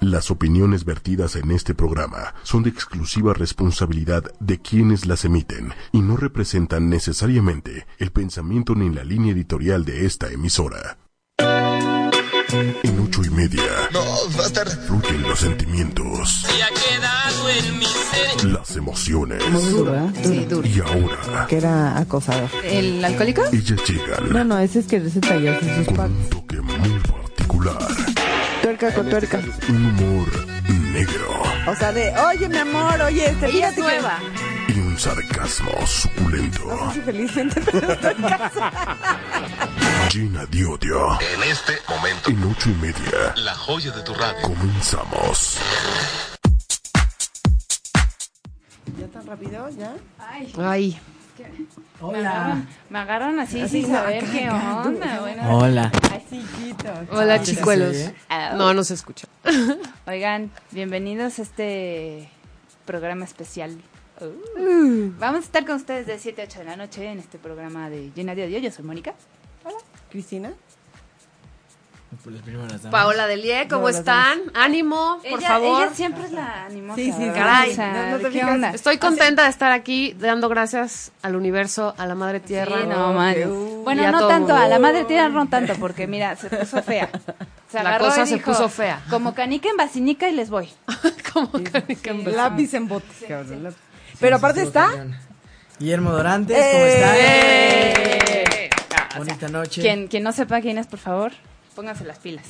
Las opiniones vertidas en este programa son de exclusiva responsabilidad de quienes las emiten y no representan necesariamente el pensamiento ni la línea editorial de esta emisora. En ocho y media No, va a estar. fluyen los sentimientos, Ya quedado en mi ser. las emociones. Muy duro, ¿eh? Sí, duro. Y ahora, Que era acosador. ¿El alcohólico? ellas No, llegan no, ese es que se talló sin sus con packs. un toque muy particular, Tuerca con tuerca. un humor negro O sea, de, oye, mi amor, oye, este, Ella fíjate es nueva. y un sarcasmo suculento. que... Felizmente, pero estoy casada. Gina Diodio, En este momento, en ocho y media, la joya de tu radio. comenzamos. ¿Ya tan rápido? ¿Ya? Ay, Ay. hola. Me agarran así sin saber qué onda. Bueno, Hola. hola, chicuelos. No, no se escucha. Oigan, bienvenidos a este programa especial. Uh. Vamos a estar con ustedes de 7 a 8 de la noche en este programa de Llena de Odio. Yo soy Mónica. ¿Cristina? Paola Delie, ¿cómo Hola, están? Ánimo, por favor. Ella siempre es la animosa. Sí, sí, ¿verdad? caray. O sea, No, no te ¿de ¿Qué fijas. onda? Estoy contenta de estar aquí dando gracias al universo, a la madre tierra. uh, Sí, no, man. Y Bueno, a no todo tanto, mundo. a la madre tierra no tanto, porque mira, se puso fea. Se La agarró cosa y se dijo, puso fea. Como canica en vacinica y les voy. Como Karen Campbell. Lápiz en botes, cabrón. lápiz. Pero aparte está... Guillermo Dorantes, ¿cómo están? Eh, o sea, Bonita noche. Quien, quien no sepa quién es, por favor, pónganse las pilas.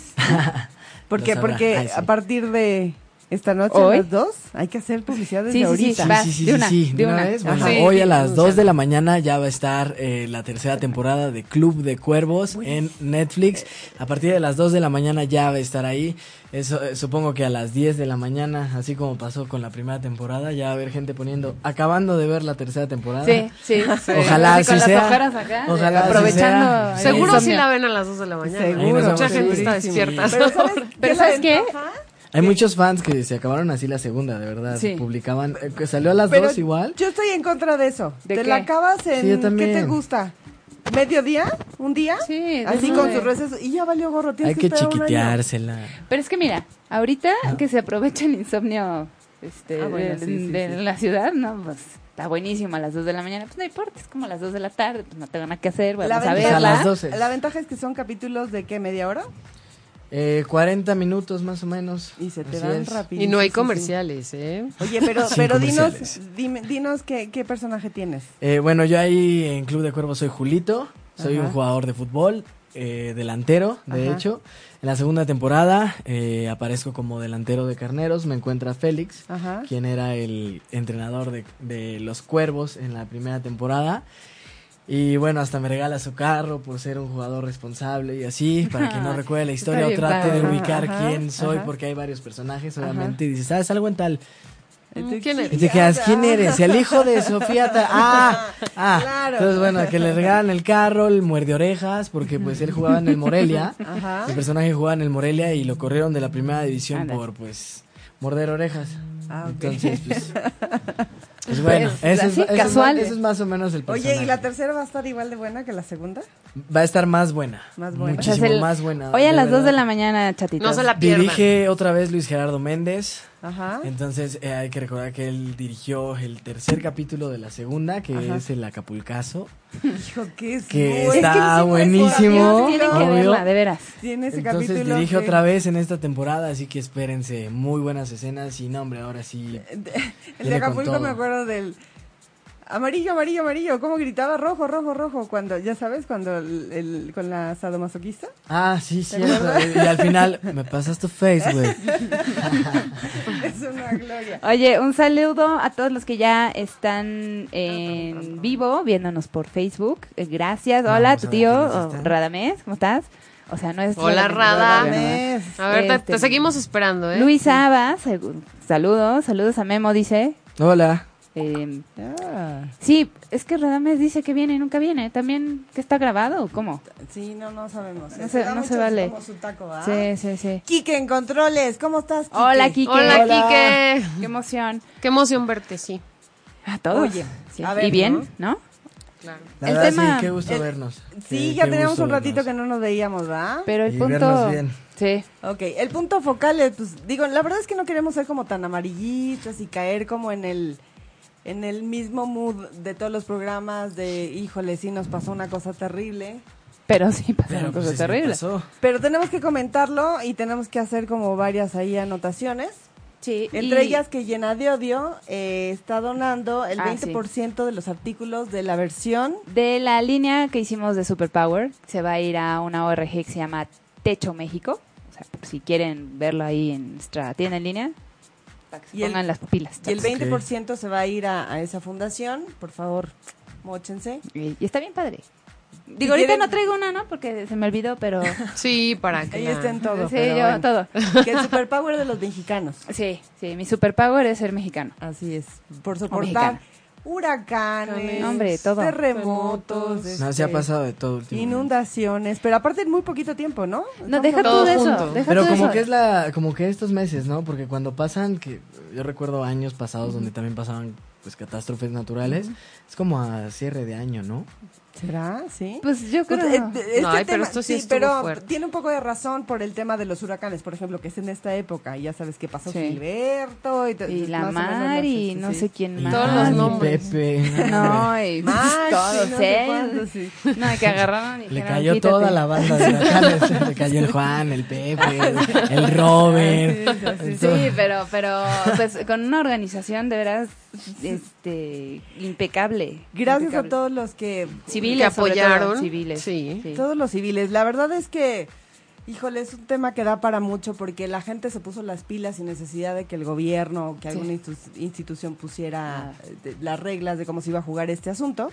¿Por Lo qué? sabrá. Porque Ay, sí. a partir de esta noche, ¿Hoy? las dos, hay que hacer publicidad desde Sí, sí, sí, ahorita. vas, Sí, sí, de sí, una, sí, de una. vez. Bueno, Ajá. Sí, hoy sí, a sí, las o 2 sea. de la mañana ya va a estar eh, la tercera temporada de Club de Cuervos en Eh. Netflix. A partir de las 2 de la mañana ya va a estar ahí. Eso, eh, supongo que a las 10 de la mañana, así como pasó con la primera temporada, ya va a haber gente poniendo, acabando de ver la tercera temporada. Sí, sí. sí. Ojalá Así así con las sea. ojeras acá, Ojalá así aprovechando sea. el Seguro sí insomnio. la ven a las 2 de la mañana. Seguro, Mucha gente está segurísimo. despierta. Pero ¿sabes, qué Pero es la ¿sabes qué? ventaja? Hay muchos fans que se acabaron así la segunda, de verdad. Sí. Publicaban, eh, que salió a las Pero 2 igual. Yo estoy en contra de eso. ¿De te qué? la acabas en Sí, yo ¿qué también. te gusta? ¿Mediodía? ¿Un día? Sí, de Así una con vez. sus reces y ya valió gorro, tienes Hay que esperar un año. chiquiteársela. Pero es que mira, ahorita Ah. que se aprovecha el insomnio este, Ah, bueno, de, sí, sí, de sí. la ciudad, ¿no? Pues está buenísimo a las 2 de la mañana. Pues no importa, es como a las 2 de la tarde, pues no tengo nada que hacer, vamos La a ventaja- A verla. las 12. La ventaja es que son capítulos de qué, media hora Eh, 40 minutos más o menos. y se te Así dan es. rápido. Y no hay sí, sí, sí. comerciales, ¿eh? Oye, pero, Sin pero dinos, comerciales. dime- dinos qué, qué personaje tienes. Eh, bueno, yo ahí en Club de Cuervos soy Julito. Soy Ajá. un jugador de fútbol, eh, delantero, de Ajá. hecho. En la segunda temporada eh, aparezco como delantero de Carneros. Me encuentra Félix, Ajá. quien era el entrenador de, de los Cuervos en la primera temporada. Y bueno, hasta me regala su carro por ser un jugador responsable y así, para que no recuerde la historia o bien trate de padre. ubicar Ajá, quién soy, ajá. porque hay varios personajes, obviamente, y dices, ¿sabes algo en tal? ¿Quién Y eres? te quedas, ¿quién eres? El hijo de Sofía. Ta- Ah, ah. Claro. Entonces, bueno, que le regalan el carro, el muerde orejas, porque pues él jugaba en el Morelia. Ajá. El personaje jugaba en el Morelia y lo corrieron de la primera división Ándale. por, pues, morder orejas. Ah, ok. Entonces, pues. pues, bueno, eso, así, es, eso es casual. más- eso es más o menos el personaje. Oye, ¿y la tercera va a estar igual de buena que la segunda? Va a estar más buena. Más buena. O sea, es Muchísimo Pues el- más buena. Hoy a las 2 de verdad. la mañana, chatito. No se la pierdan. Dirige otra vez Luis Gerardo Méndez. Ajá. Entonces eh, hay que recordar que él dirigió el tercer capítulo de la segunda, que Ajá. es el Acapulcazo, Hijo, que es que bueno. está buenísimo. Tienen que obvio. verla, de veras. Tiene ese capítulo. Entonces dirige que- otra vez en esta temporada, así que espérense muy buenas escenas y no, hombre, ahora sí. Eh, El de Viene con Acapulco todo. me acuerdo del amarillo, amarillo, amarillo, cómo gritaba rojo, rojo, rojo cuando, ya sabes, cuando el, el- con la sadomasoquista. Ah, sí, cierto. Y al final me pasas tu face, güey. Es una gloria. Oye, un saludo a todos los que ya están en vivo viéndonos por Facebook. Eh, Gracias. Vamos Hola, a tu ver tío quiénes oh, están. Radamés, ¿cómo estás? O sea, no es Hola, solamente Rada. ¿verdad? Mes. A ver, te, Este- te seguimos esperando, ¿eh? Luis Abas, saludos, saludos a Memo, dice. Hola. Eh, Ah, sí, es que Radames dice que viene y nunca viene. También que está grabado, ¿cómo? sí, no, no sabemos. No se- Da no se mucho vale. como su taco, ¿ah? Sí, sí, sí. Quique en controles, ¿cómo estás? Quique? Hola, Kike. Hola, Kike. Qué emoción. Qué emoción verte, sí. A todos. Oye, Sí. a ver, y bien, ¿no? La El verdad, tema- sí, qué gusto el- vernos. Sí, Qué- ya Eh, qué teníamos gusto un ratito vernos. que no nos veíamos, ¿verdad? Pero el Y punto vernos bien. Sí. Ok, el punto focal, eh, pues digo, la verdad es que no queremos ser como tan amarillitas y caer como en el en el mismo mood de todos los programas de, híjole, sí nos pasó una cosa terrible, Pero sí pasaron Pero pues, cosas es que terribles. pasó. pero tenemos que comentarlo y tenemos que hacer como varias ahí anotaciones. Sí, Entre y- ellas que llena de odio eh, está donando el Ah, sí. 20% de los artículos de la versión De la línea que hicimos de Superpower, se va a ir a una ORG que se llama Techo México. O sea, por si quieren verlo ahí en nuestra tienda en línea, para que se Y el- pongan las pilas. y el chavos. 20% se va a ir a, a esa fundación. Por favor, mochense. Y- y está bien padre. Si Digo, ahorita quieren- no traigo una, ¿no? Porque se me olvidó, pero... Sí, para que. Ahí la- está en todo. sí, pero yo, bueno. todo. Que el superpower de los mexicanos. Sí, sí, mi superpower es ser mexicano. Así es. Por soportar mexicana. huracanes, Hombre, todo. terremotos, No, se este, ha pasado de todo. últimamente. inundaciones. Pero aparte en muy poquito tiempo, ¿no? No, Estamos deja hablando- todo todos eso. juntos. Deja Pero todo como eso. que es la, como que estos meses, ¿no? Porque cuando pasan, que yo recuerdo años pasados donde también pasaban pues catástrofes naturales, es como a cierre de año, ¿no? ¿Será? ¿Sí? Pues yo creo... Eh, eh, este No, ay, tema- pero esto sí estuvo pero fuerte. tiene un poco de razón por el tema de los huracanes, por ejemplo, que es en esta época. y Ya sabes qué pasó Sí. Gilberto y, to- Y la eh, más o menos las- mar y sí, no sí. sé quién Y más. Todos los Dani, nombres. Pepe. No, y Más, todos sí, no sé ellos. cuántos, sí. No, y que agarraron y Le dijeron, cayó "Quítate". toda la banda de huracanes. Le cayó el Juan, el Pepe, el Robert. el todo. Sí, pero, pero pues con una organización de veras este, impecable. Gracias impecable. a todos los que Civiles, que sobre todo, apoyaron. civiles. Sí. todos los civiles. La verdad es que, híjole, es un tema que da para mucho porque la gente se puso las pilas sin necesidad de que el gobierno o que Sí. alguna institu- institución pusiera eh, de- las reglas de cómo se iba a jugar este asunto.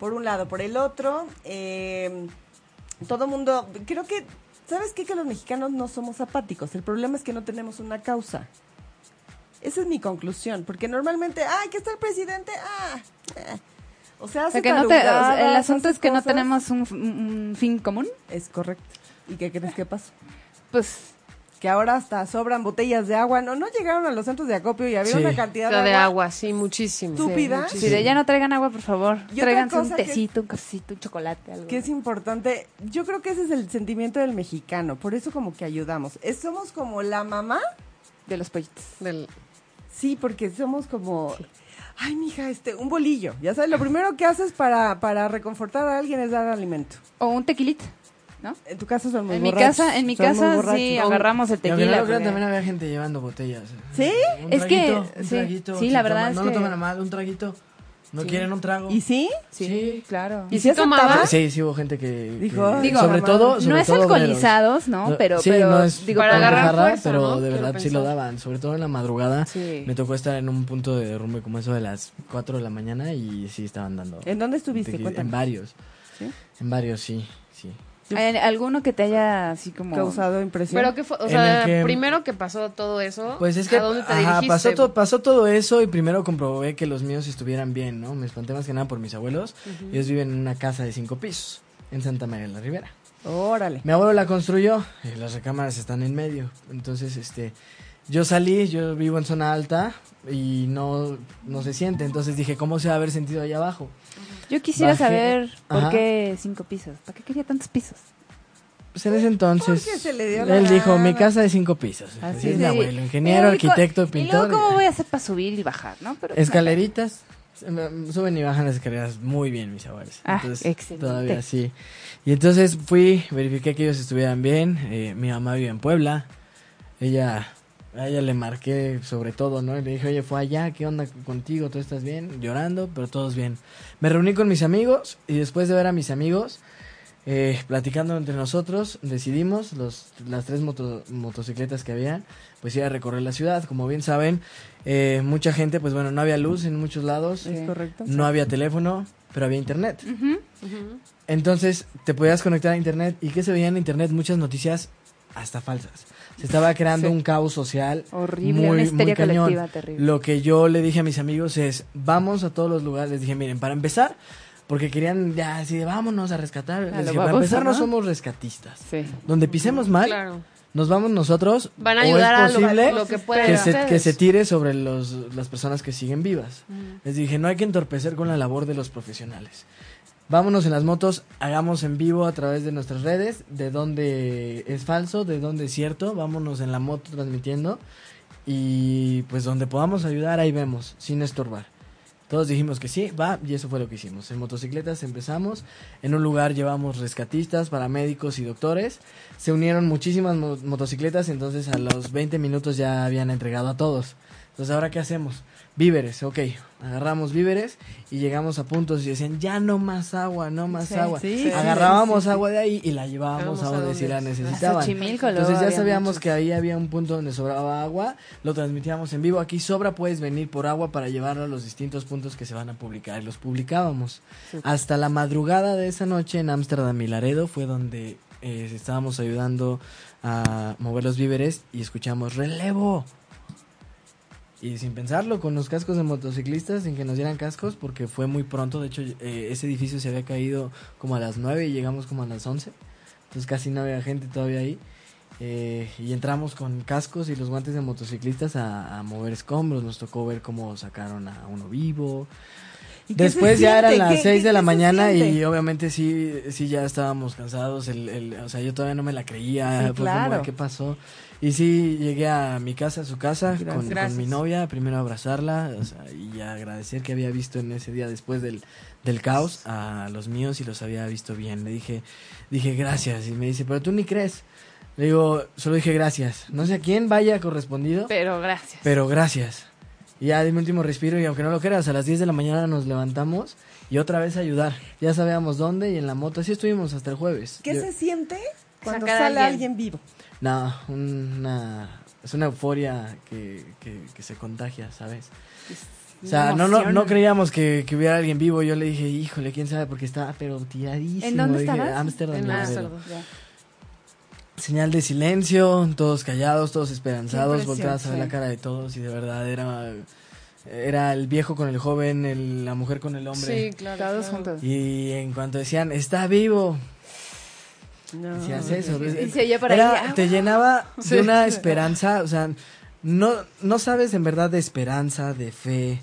Por un lado, por el otro, eh, todo mundo, creo que, ¿sabes qué? Que los mexicanos no somos apáticos. El problema es que no tenemos una causa. Esa es mi conclusión, porque normalmente, ay, que está el presidente, ah, eh. o sea, O hace sea, que no te- tarugadas, el asunto hace es que no cosas. tenemos un, un fin común. Es correcto. ¿Y qué crees que pasó? Pues Que ahora hasta sobran botellas de agua. No, no llegaron a los centros de acopio y había Sí. una cantidad O sea, de, de agua. agua, sí, muchísimo. Estúpida. si de ya no traigan agua, por favor. otra Tráiganse un cosa que- tecito, un cafecito, un chocolate, algo. Que es importante. Yo creo que ese es el sentimiento del mexicano. Por eso como que ayudamos. Es- somos como la mamá. De los pollitos. Del- Sí, porque somos como... Ay, mija, este, un bolillo. Ya sabes, lo primero que haces para, para reconfortar a alguien es dar alimento. O un tequilito, ¿no? En tu casa son muy En mi borrachos, casa, en mi son muy casa sí borrachos. agarramos el Y aunque no tequila. lo crean, porque- también había gente llevando botellas. eh. ¿Sí? Un Es que- traguito, un sí, traguito, sí, se la toman- verdad es No lo que- toman a mal, un traguito. ¿No quieren un trago? ¿Y sí? Sí, Sí. claro. ¿Y si si tomaba? aceptaba? Sí, sí hubo gente que... Dijo, que- "Ay, Digo, mamá". sobre todo... sobre no es todo alcoholizados, veros. ¿no? Pero, sí, pero no es digo, para por- tan agarrar jarra, fuerza, Pero ¿no? de Quiero verdad sí pensar. lo daban, sobre todo en la madrugada. Sí. Me tocó estar en un punto de derrumbe como eso de las 4 de la mañana y sí estaban dando... ¿En dónde estuviste? tequila- Cuéntame. En varios. ¿Sí? En varios, sí, sí. ¿Hay alguno que te haya así como... Causado impresión. Pero que fue, o En sea, el que- primero que pasó todo eso, Pues es que ¿a dónde te ajá, dirigiste? pasó, todo, pasó todo eso y primero comprobé que los míos estuvieran bien, ¿no? Me espanté más que nada por mis abuelos. Ellos viven en una casa de cinco pisos en Santa María de la Ribera. Órale. Mi abuelo la construyó y las recámaras están en medio. Entonces, este, yo salí, yo vivo en zona alta y no, no se siente. Entonces dije, ¿cómo se va a haber sentido allá abajo? Yo quisiera Bajé. saber por Ajá. qué cinco pisos. ¿Para qué quería tantos pisos? Pues en ese entonces, Porque se le dio la él dijo, mi gana". casa de cinco pisos. Así es mi Sí. abuelo, ingeniero, Pero, ¿y co- arquitecto, ¿Y pintor. luego cómo voy a hacer para subir y bajar, no? Pero, Escaleritas. se me- Suben y bajan las escaleras muy bien, mis abuelos. Ah, entonces, excelente. Todavía sí. Y entonces fui, verifiqué que ellos estuvieran bien. eh, mi mamá vive en Puebla. Ella, a ella le marqué sobre todo, ¿no? Y le dije, oye, fue allá, ¿qué onda contigo? ¿Tú estás bien? Llorando, pero todos bien. Me reuní con mis amigos y después de ver a mis amigos, eh, platicando entre nosotros, decidimos los, las tres moto- motocicletas que había, pues ir a recorrer la ciudad. Como bien saben, eh, mucha gente, pues bueno, no había luz en muchos lados, ¿Es correcto? no había teléfono, pero había internet. Ujú. Entonces te podías conectar a internet y que se veía en internet muchas noticias hasta falsas. Se estaba creando un caos social Horrible, muy, una muy histeria cañón. colectiva terrible. Lo que yo le dije a mis amigos es, vamos a todos los lugares. Les dije, miren, para empezar, porque querían ya así de vámonos a rescatar. Les lo dije, para baboso, empezar no ¿no? somos rescatistas. Sí. Donde pisemos mal, Claro. nos vamos nosotros. Van a o ayudar a es lo- posible lo que puedan que se, ustedes. que se tire sobre los, las personas que siguen vivas. Les dije, no hay que entorpecer con la labor de los profesionales. Vámonos en las motos, hagamos en vivo a través de nuestras redes, de dónde es falso, de dónde es cierto, vámonos en la moto transmitiendo y pues donde podamos ayudar ahí vemos, sin estorbar. Todos dijimos que sí, va, y eso fue lo que hicimos. En motocicletas empezamos, en un lugar llevamos rescatistas, paramédicos y doctores. Se unieron muchísimas mo- motocicletas, entonces a los 20 minutos ya habían entregado a todos. Entonces, ¿ahora qué hacemos? Víveres, ok. Agarramos víveres y llegamos a puntos y decían, ya no más agua, no más Sí, agua. sí, sí, Agarrábamos sí, sí. agua de ahí y la llevábamos Vamos a a donde donde si la es. A necesitaban. Xochimilco, luego Entonces ya había sabíamos muchos. que ahí había un punto donde sobraba agua, lo transmitíamos en vivo. Aquí sobra, puedes venir por agua para llevarlo a los distintos puntos que se van a publicar. Y los publicábamos. Hasta la madrugada de esa noche en Ámsterdam y Laredo fue donde eh, estábamos ayudando a mover los víveres y escuchamos relevo. Y sin pensarlo, con los cascos de motociclistas, sin que nos dieran cascos, porque fue muy pronto. De hecho, eh, ese edificio se había caído como a las 9 y llegamos como a las 11. Entonces casi no había gente todavía ahí. Eh, y entramos con cascos y los guantes de motociclistas a, a mover escombros. Nos tocó ver cómo sacaron a uno vivo. ¿Y qué Después se ya eran siente? ¿Qué- las 6 qué- de la qué se mañana y siente? obviamente sí, sí ya estábamos cansados. El, el- o sea, yo todavía no me la creía. Sí, fue como, claro. ¿Qué pasó? Y sí, llegué a mi casa, a su casa, con, Gracias. con Gracias. mi novia. Primero a abrazarla o sea, y a agradecer que había visto en ese día después del, del caos a los míos y los había visto bien. Le dije, dije gracias. Y me dice, pero tú ni crees. Le digo, solo dije gracias. No sé a quién vaya correspondido. Pero gracias. Pero gracias. Y ya de mi último respiro, y aunque no lo creas, a las 10 de la mañana nos levantamos y otra vez a ayudar. Ya sabíamos dónde y en la moto. Así estuvimos hasta el jueves. ¿Qué Yo- se siente cuando Sacar a sale alguien. alguien vivo? No, una, es una euforia que, que, que se contagia, ¿sabes? O sea, no, no, no creíamos que, que hubiera alguien vivo. Yo le dije, híjole, quién sabe, porque estaba pero tiradísimo. ¿En dónde Dije, estabas? Ámsterdam. En no, pero- Ámsterdam. Señal de silencio, todos callados, todos esperanzados, Qué impresión, volteadas a ver sí. la cara de todos y de verdad era, era el viejo con el joven, el- la mujer con el hombre. Sí, claro. Todos claro. juntos. Y en cuanto decían, está vivo, No. decías eso. Y se oía por ahí, Era- "Ah, te llenaba Sí. de una esperanza, o sea, no, no sabes en verdad de esperanza, de fe,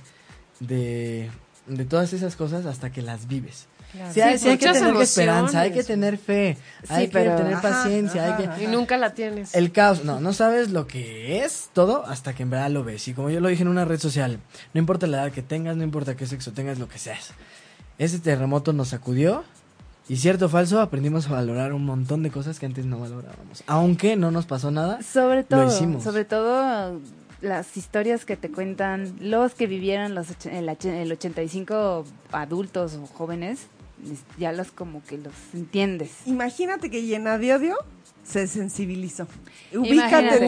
de, de todas esas cosas hasta que las vives. Sí, hay, sí hay que muchas tener esperanza, hay que emociones. tener fe, hay que pero- tener Ajá, paciencia, hay que... ajá, Y nunca la tienes. El caos, no, no sabes lo que es todo hasta que en verdad lo ves. Y como yo lo dije en una red social, no importa la edad que tengas, no importa qué sexo tengas, lo que seas. Ese terremoto nos sacudió y cierto o falso aprendimos a valorar un montón de cosas que antes no valorábamos. Aunque no nos pasó nada, Sobre todo, hicimos. sobre todo las historias que te cuentan los que vivieron los och- el, och- el 85 adultos o jóvenes, es- ya los como que los entiendes. Imagínate que llena de odio se sensibilizó. Imagínate.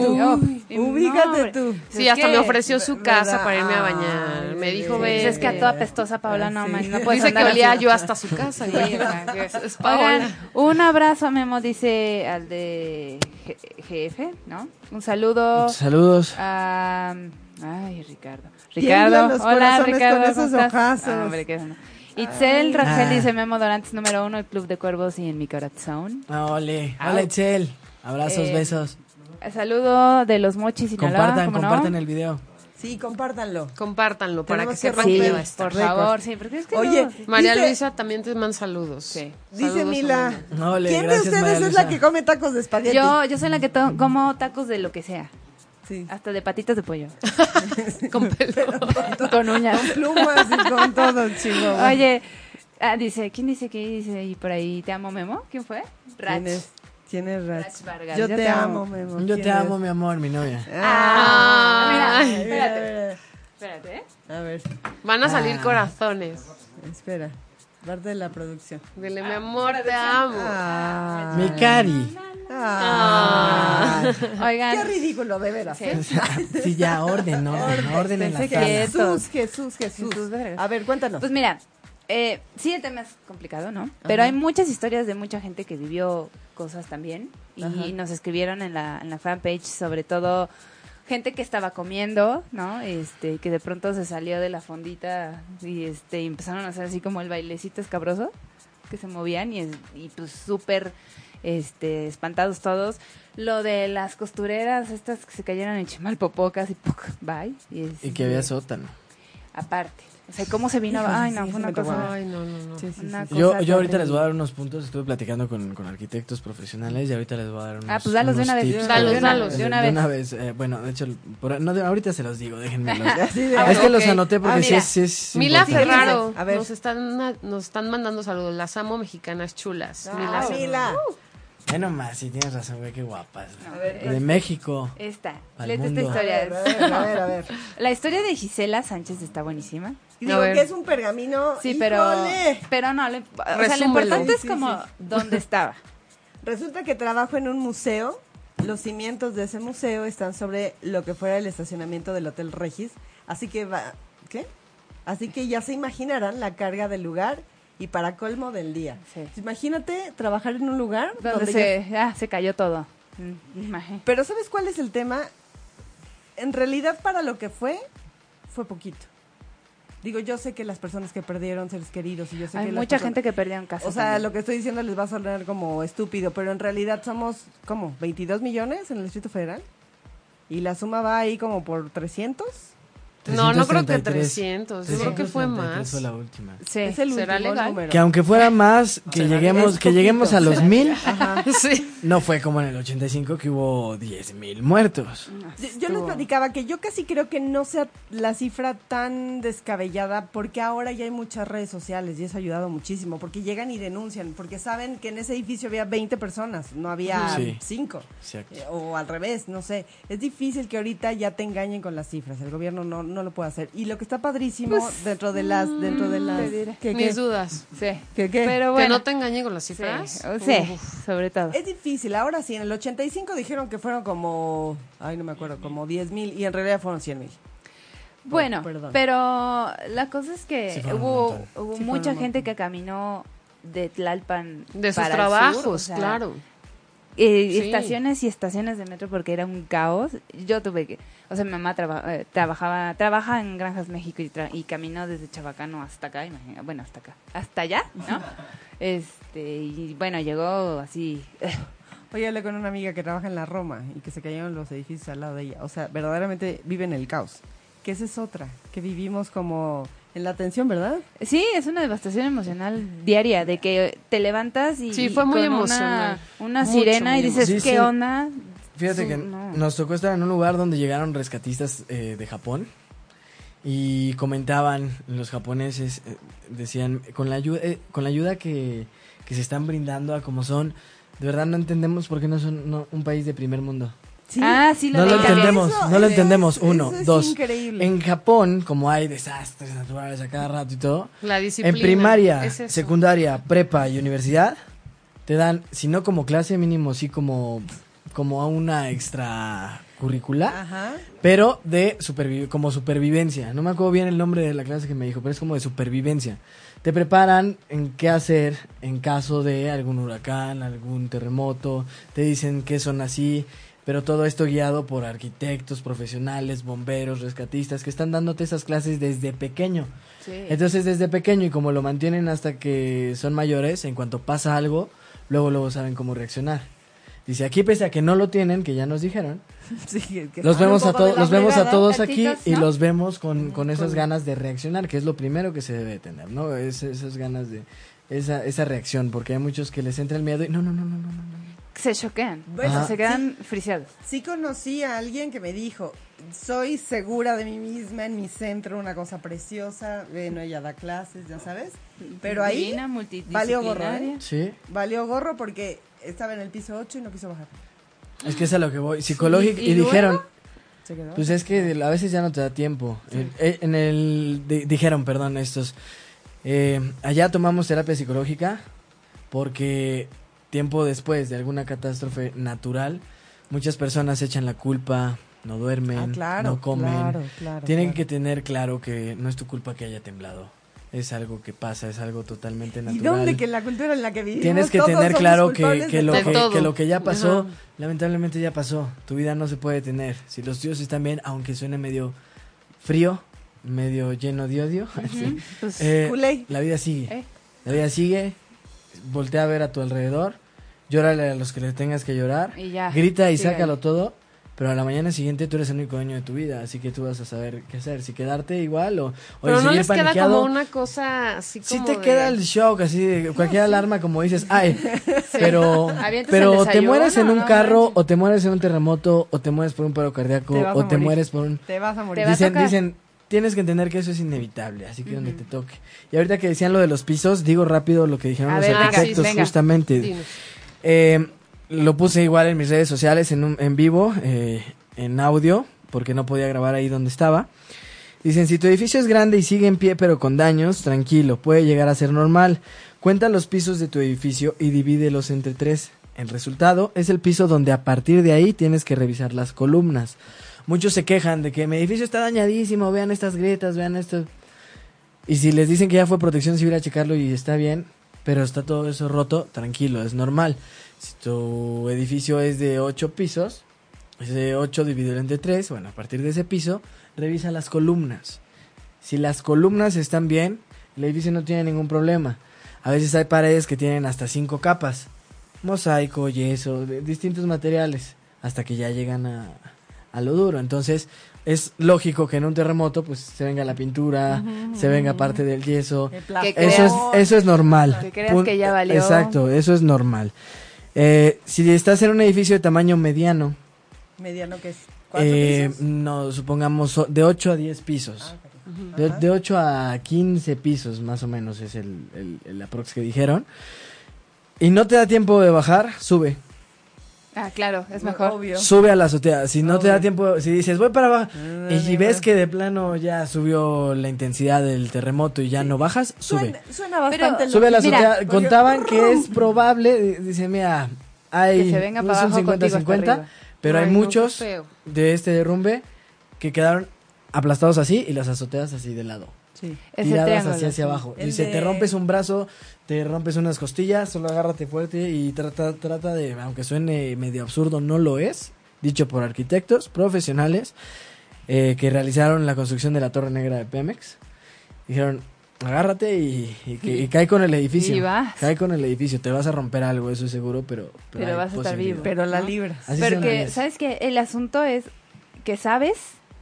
Ubícate tú. Oh, Ubícate hombre. tú. Sí, Es hasta que- me ofreció su casa ¿verdad? para irme a bañar. Ay, Me dijo, bebé. ve. Pues es que a toda pestosa Paola no, Sí. man, no puedes Dice que andar así. olía yo hasta su casa. Sí, güey. o sea, que- Es Paola. Oigan, un abrazo, Memo, dice al de je- jefe, ¿no? Un saludo saludos. a... Ay, Ricardo. Tiemblan Ricardo, los hola, corazones Ricardo. con ¿cómo esos estás? ojazos. Ah, hombre, qué bueno. Itzel Rangel Ah. dice Memo Dorantes número uno, el Club de Cuervos y en mi corazón. Ah, ole, hola Itzel. Abrazos, Eh, besos. Saludo de los mochis y Compartan, compartan el video. Sí, compártanlo. Compártanlo para que Tenemos que sepan Sí, que romper. va a estar. por récord. favor, sí, porque es que Oye, no, sí. María Dice- Luisa también te manda saludos. Sí. Dice Saludos, Mila. Mila. Ole, ¿Quién de gracias, ustedes María es Luisa. la que come tacos de espagueti? Yo, yo soy la que to- como tacos de lo que sea, Sí. hasta de patitas de pollo, Con pelo. con uñas. Con plumas y con todo, chico. Oye, ah, dice, ¿quién dice que dice? Y por ahí, ¿te amo, Memo? ¿Quién fue? Rach. ¿Quién es? ¿Quién es Rach? Rach Vargas. Yo, te amo, Memo. Yo ¿Quién te es? amo, mi amor, mi novia. Ah, Ay. mira, A ver, a espérate, ver, espérate. ¿eh? a ver, Van a salir Ah. corazones. espera. Parte de la producción. Dile, mi amor, te amo. Ah, Mi cari. ah. Oigan, Qué ridículo, de veras. ¿eh? Sí, ya, orden, orden, orden en la Pensé sala. que- Jesús, Jesús, Jesús. Jesús Vargas. A ver, cuéntanos. Pues mira, eh, sí, el tema es complicado, ¿no? Pero hay muchas historias de mucha gente que vivió cosas también y Ajá. nos escribieron en la, en la fanpage sobre todo gente que estaba comiendo, ¿no? Este, que de pronto se salió de la fondita y este y empezaron a hacer así como el bailecito escabroso que se movían y, es- y pues súper este, espantados todos. Lo de las costureras estas que se cayeron en Chimalpopocas y ¡puc! bye. Y que este, había sótano. aparte. O sea, ¿cómo se vino? Híjole, Ay, no, sí, fue sí una me cosa... tocó. Ay, no, no, no. una Yo, cosa yo ahorita les terrible. voy a dar unos puntos. Estuve platicando con, con arquitectos profesionales y ahorita les voy a dar unos Ah, pues dalos de una unos vez. tips. Dalos, De una- dalos, de una vez. eh, bueno, de hecho, por- no, de- ahorita se los digo, Ah, déjenme. los- Así de- es que los ok. anoté porque Ah, sí mira. es. sí es Mila importante. Ferraro, A ver. nos están nos están mandando saludos, las amo mexicanas chulas. Ah, Mila Ferraro. Mila. Ay, no más, sí tienes razón, güey, qué guapas. Eh, A ver, Eh, de México. Esta, Al léete esta mundo. A ver, a historia. ver, a ver, a ver. La historia de Gisela Sánchez está buenísima. Y Digo A ver. que es un pergamino. Sí, pero, ¡híjole! pero no, lo, o sea, lo Resúmelo. importante es Sí, sí, como sí. dónde estaba. Resulta que trabajo en un museo. Los cimientos de ese museo están sobre lo que fuera el estacionamiento del Hotel Regis. Así que va. ¿Qué? Así que ya se imaginarán la carga del lugar y para colmo del día. Sí. Imagínate trabajar en un lugar Donde, donde ya- se, ah, se cayó todo. Mm, imagen. Pero ¿sabes cuál es el tema? En realidad para lo que fue, fue poquito. Digo, yo sé que las personas que perdieron seres queridos y yo sé Hay que las mucha personas- gente que perdió en casa. O sea, también. lo que estoy diciendo les va a sonar como estúpido, pero en realidad somos, ¿cómo? ¿22 millones en el Distrito Federal? Y la suma va ahí como por 300. No, no creo que 333. 300, yo creo que fue 333 más. fue la última. Sí. Es el ¿Será último legal? número. Que aunque fuera más, que Será- lleguemos, es que poquito, lleguemos a los será- mil, Sí. no fue como en el 85 que hubo 10 mil muertos. Yo, yo les platicaba que yo casi creo que no sea la cifra tan descabellada porque ahora ya hay muchas redes sociales y eso ha ayudado muchísimo porque llegan y denuncian porque saben que en ese edificio había 20 personas, no había Sí. 5 Exacto. eh, o al revés, no sé. Es difícil que ahorita ya te engañen con las cifras, el gobierno no, no lo puede hacer. Y lo que está padrísimo dentro de las dentro de las Pues, mm, te diré. ¿Qué, qué? Mis dudas. Sí. ¿Qué, qué? Pero bueno. Que no te engañe con las Sí, cifras. o sea, Uf. sobre todo. Es difícil, ahora sí, en el 85 dijeron que fueron como, ay no me acuerdo, como 10 mil y en realidad fueron 100 mil. Bueno, perdón. pero la cosa es que Sí, fueron un hubo, montón. hubo Sí, fueron mucha un gente que caminó de Tlalpan de sus para el trabajos, sur, o sea, claro. eh, Sí. Estaciones y estaciones de metro porque era un caos. Yo tuve que, o sea, mi mamá traba- eh, trabajaba, trabaja en Granjas México y, tra- y caminó desde Chabacano hasta acá, imagina, bueno, hasta acá, hasta allá, ¿no? Este, y bueno, llegó así, Hoy hablé con una amiga que trabaja en la Roma y que se cayeron los edificios al lado de ella. O sea, verdaderamente vive en el caos. Que esa es otra, que vivimos como en la tensión, ¿verdad? Sí, es una devastación emocional diaria, de que te levantas y... Sí, fue muy con una- emocional. Una, Mucho, sirena muy y dices, emocional. Sí, ¿qué sí. onda? Fíjate Sí, que no. nos tocó estar en un lugar donde llegaron rescatistas eh, de Japón y comentaban los japoneses, eh, decían, con la ayuda, eh, con la ayuda que, que se están brindando a como son, de verdad no entendemos por qué no son no, un país de primer mundo. Ah, sí, lo No lo leí también. entendemos, Eso no lo es- entendemos. eso Uno, es dos. increíble. En Japón, como hay desastres naturales a cada rato y todo, La disciplina. en primaria, es eso. secundaria, prepa y universidad, te dan, si no como clase mínimo, sí como, como a una extracurricular, Ajá. pero de supervi- como supervivencia. No me acuerdo bien el nombre de la clase que me dijo, pero es como de supervivencia. Te preparan en qué hacer en caso de algún huracán, algún terremoto, te dicen qué son así, pero todo esto guiado por arquitectos, profesionales, bomberos, rescatistas, que están dándote esas clases desde pequeño. Sí. Entonces desde pequeño y como lo mantienen hasta que son mayores, en cuanto pasa algo, luego luego saben cómo reaccionar. Dice, aquí pese a que no lo tienen, que ya nos dijeron, Sí, que- que los están vemos un a poco de todos, la los vemos a fregada. todos aquí platitas, y ¿no? los vemos con, con esas ganas de reaccionar, que es lo primero que se debe tener, ¿no? Es- esas ganas de esa, esa reacción, porque hay muchos que les entra el miedo y no, no, no, no, no, no, no. Se choquean, Bueno, o sea, sí. se quedan friseados. Sí conocí a alguien que me dijo, soy segura de mí misma en mi centro, una cosa preciosa. Bueno, ella da clases, ya sabes. Pero ahí Disciplina, valió gorro, ¿eh? multidisciplinaria. Sí, valió gorro porque estaba en el piso 8 y no quiso bajar. es que es a lo que voy, psicológico, y, dijeron, Se quedó. Pues es que de- a veces ya no te da tiempo. Eh, eh, En el di- dijeron, perdón, estos. eh, allá tomamos terapia psicológica porque tiempo después de alguna catástrofe natural, muchas personas echan la culpa, no duermen, Ah, claro, no comen. claro, claro, Tienen claro. que tener claro que no es tu culpa que haya temblado. Es algo que pasa, es algo totalmente ¿Y natural. dónde que en la cultura en la que vivimos? Tienes que todos tener somos claro que, culpables que de lo todo. que, De todo. que lo que ya pasó, Ajá. lamentablemente ya pasó. Tu vida no se puede tener. Si los tuyos están bien, aunque suene medio frío, medio lleno de odio, sí, Pues, eh, culé. la vida sigue. eh, La vida sigue. Voltea a ver a tu alrededor. Llórale a los que le tengas que llorar. Y ya, Grita y sígale. sácalo todo. pero a la mañana siguiente tú eres el único dueño de tu vida, así que tú vas a saber qué hacer, si quedarte igual o, o Pero el no seguir les queda paniqueado. como una cosa así Sí como te de- queda el shock, así, de cualquier alarma, como dices, ay, pero, Avientas el pero te desayuno, mueres en un no carro, manches. o te mueres en un terremoto, o te mueres por un paro cardíaco, Te vas a o te morir. mueres por un... Te vas a morir. Te va a Dicen, tocar. dicen, tienes que entender que eso es inevitable, así que donde te toque. Y ahorita que decían lo de los pisos, digo rápido lo que dijeron A los ver, venga, arquitectos, venga. justamente. Dinos. Eh, lo puse igual en mis redes sociales, en, un- en vivo, eh, en audio, porque no podía grabar ahí donde estaba. Dicen, si tu edificio es grande y sigue en pie pero con daños, tranquilo, puede llegar a ser normal. Cuenta los pisos de tu edificio y divídelos entre tres. El resultado es el piso donde a partir de ahí tienes que revisar las columnas. Muchos se quejan de que mi edificio está dañadísimo, vean estas grietas, vean esto. Y si les dicen que ya fue protección civil a checarlo y está bien, pero está todo eso roto, tranquilo, es normal. Si tu edificio es de 8 pisos, ese 8 dividido entre 3, bueno, a partir de ese piso, revisa las columnas. Si las columnas están bien, el edificio no tiene ningún problema. A veces hay paredes que tienen hasta 5 capas, mosaico, yeso, de- distintos materiales, hasta que ya llegan a, a lo duro. Entonces, es lógico que en un terremoto, pues, se venga la pintura, se venga parte del yeso, El plato. Que eso es, eso es normal. Que creas Pun- que ya valió. Exacto, eso es normal. Eh, si estás en un edificio de tamaño mediano, Mediano que es. ¿Cuánto eh, pisos? no, supongamos so- de 8 a 10 pisos. De, de 8 a 15 pisos, más o menos, es el, el, el aprox que dijeron. Y no te da tiempo de bajar, sube. Ah, claro, es mejor. Obvio. Sube a la azotea. Si no te da Obvio. tiempo, si dices voy para abajo Mm, y, si amigo. ves que de plano ya subió la intensidad del terremoto y ya no bajas, sube. Suena, suena bastante Pero- lo- Sube a la Mira, azotea. porque- Contaban que es probable, di- dice, mira, hay Que se venga no para es un abajo contigo hasta 50-50, arriba. pero Ay, hay no, qué muchos feo. de este derrumbe que quedaron aplastados así y las azoteas así de lado. Sí. Es el tiradas triángulo. así hacia abajo. El dice, de- te rompes un brazo, te rompes unas costillas, solo agárrate fuerte y trata, trata de, aunque suene medio absurdo, no lo es, dicho por arquitectos profesionales eh, que realizaron la construcción de la Torre Negra de Pemex. Dijeron, agárrate y, y que- y cae con el edificio. Y vas. Cae con el edificio, te vas a romper algo, eso es seguro, pero... Pero hay vas a estar posibilidad". vivo. Pero la ¿No? libras. Así son Porque, las- ¿sabes qué? El asunto es que sabes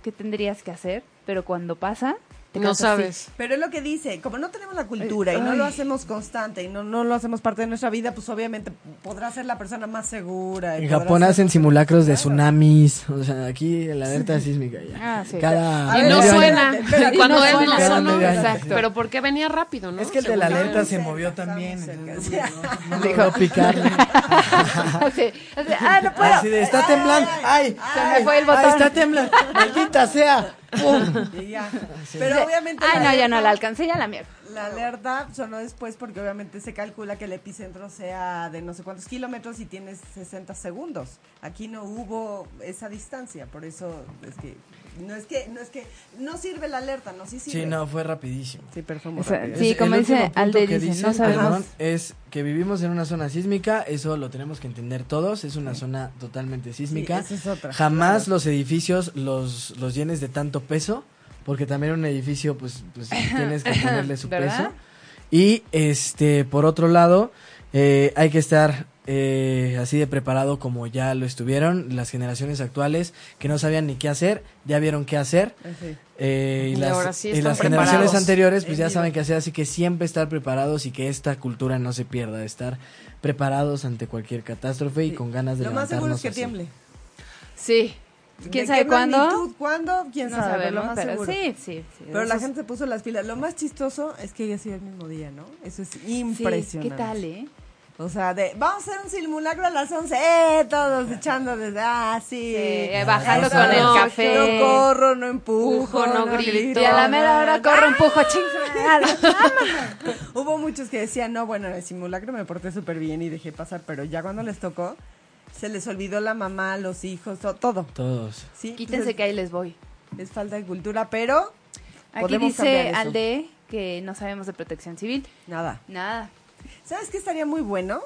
que tendrías que hacer, pero cuando pasa, te No quedas así. sabes. Pero es lo que dice, como no tenemos la cultura y no Ay. lo hacemos constante y no, no lo hacemos parte de nuestra vida, pues obviamente podrá ser la persona más segura. y En podrá Japón ser- hacen simulacros de tsunamis. O sea, aquí la alerta sísmica ya. Ah, sí. Cada Y no medio año. suena. espérate, Y cuando no él suena. no sonó. Espérate, Exacto. espérate. Pero porque venía rápido, ¿no? Es que el de la Según yo. alerta se cerca, movió estamos también. cerca, entonces, sí. No no logró picarle. Así, así, ah, no puedo. Así de, está temblando. Ay, Se me fue el botón. ay, está temblando. Maldita sea. Y ya. Pero obviamente Ah, la no, ya alerta- no la alcancé, ya la mierda. La alerta sonó después porque obviamente se calcula que el epicentro sea de no sé cuántos kilómetros y tienes 60 segundos. Aquí no hubo esa distancia, por eso es que no es que no es que no sirve la alerta, no sí sirve. Sí, no, fue rapidísimo. Sí, pero fue muy O sea, rápido. Sí, Es- como el dice último punto Alde, que dice, no dicen, sabemos. perdón, es que vivimos en una zona sísmica, eso lo tenemos que entender todos, es una zona totalmente sísmica. esa es otra, Jamás claro. los edificios los, los llenes de tanto peso, porque también un edificio pues, pues tienes que ponerle su ¿Verdad? peso. Y este, por otro lado, eh, hay que estar eh, así de preparado como ya lo estuvieron las generaciones actuales que no sabían ni qué hacer, ya vieron qué hacer. Ah, Sí. Eh, y, Y las, ahora sí y están las generaciones preparados. anteriores pues En ya vivo. saben qué hacer, así que siempre estar preparados y que esta cultura no se pierda, estar preparados ante cualquier catástrofe y con ganas de Lo más seguro levantarnos es que así. tiemble. Sí. ¿Quién ¿De sabe qué cuándo? magnitud, ¿Cuándo? ¿Quién No sabe? pero sabemos, lo más pero seguro. sí, sí, sí. Pero la Eso gente se puso las pilas. Lo más chistoso es que haya sido el mismo día, ¿no? Eso es es- sí, impresionante. ¿Qué tal, eh? O sea, de vamos a hacer un simulacro a las 11, eh, todos echando desde ah, sí. Eh, Ay, bajando con el no, café. No corro, no empujo, Empujo, no no, grito. grito. Y a la mera hora corro un pujo Hubo muchos que decían, "No, bueno, en el simulacro me porté súper bien y dejé pasar, pero ya cuando les tocó se les olvidó la mamá, los hijos, to- todo." Todos. Sí. Quítense que ahí les voy. es falta de cultura, pero Aquí podemos cambiar dice eso. Alde que no sabemos de protección civil. nada. Nada. ¿Sabes qué estaría muy bueno?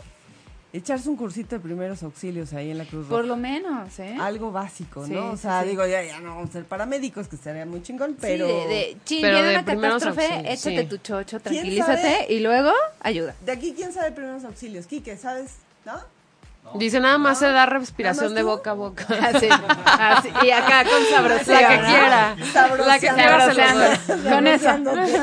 Echarse un cursito de primeros auxilios ahí en la Cruz Roja. Por lo menos, ¿eh? algo básico, Sí, ¿no? O sí, sea, sí. digo, ya, ya no vamos a ser paramédicos, que estaría muy chingón, Sí, de, pero... de, chin, Pero viene de una primeros catástrofe, auxilios, échate sí. tu chocho, ¿Quién tranquilízate sabe? y luego ayuda. De aquí, ¿quién sabe primeros auxilios? Quique, ¿sabes? ¿No? Dice nada más se da respiración de tú. boca a boca. Así, así, y acá con sabrosea. La que ¿no? quiera. Sabroseando. La que quiera se la doy. Sabroseando. Con eso.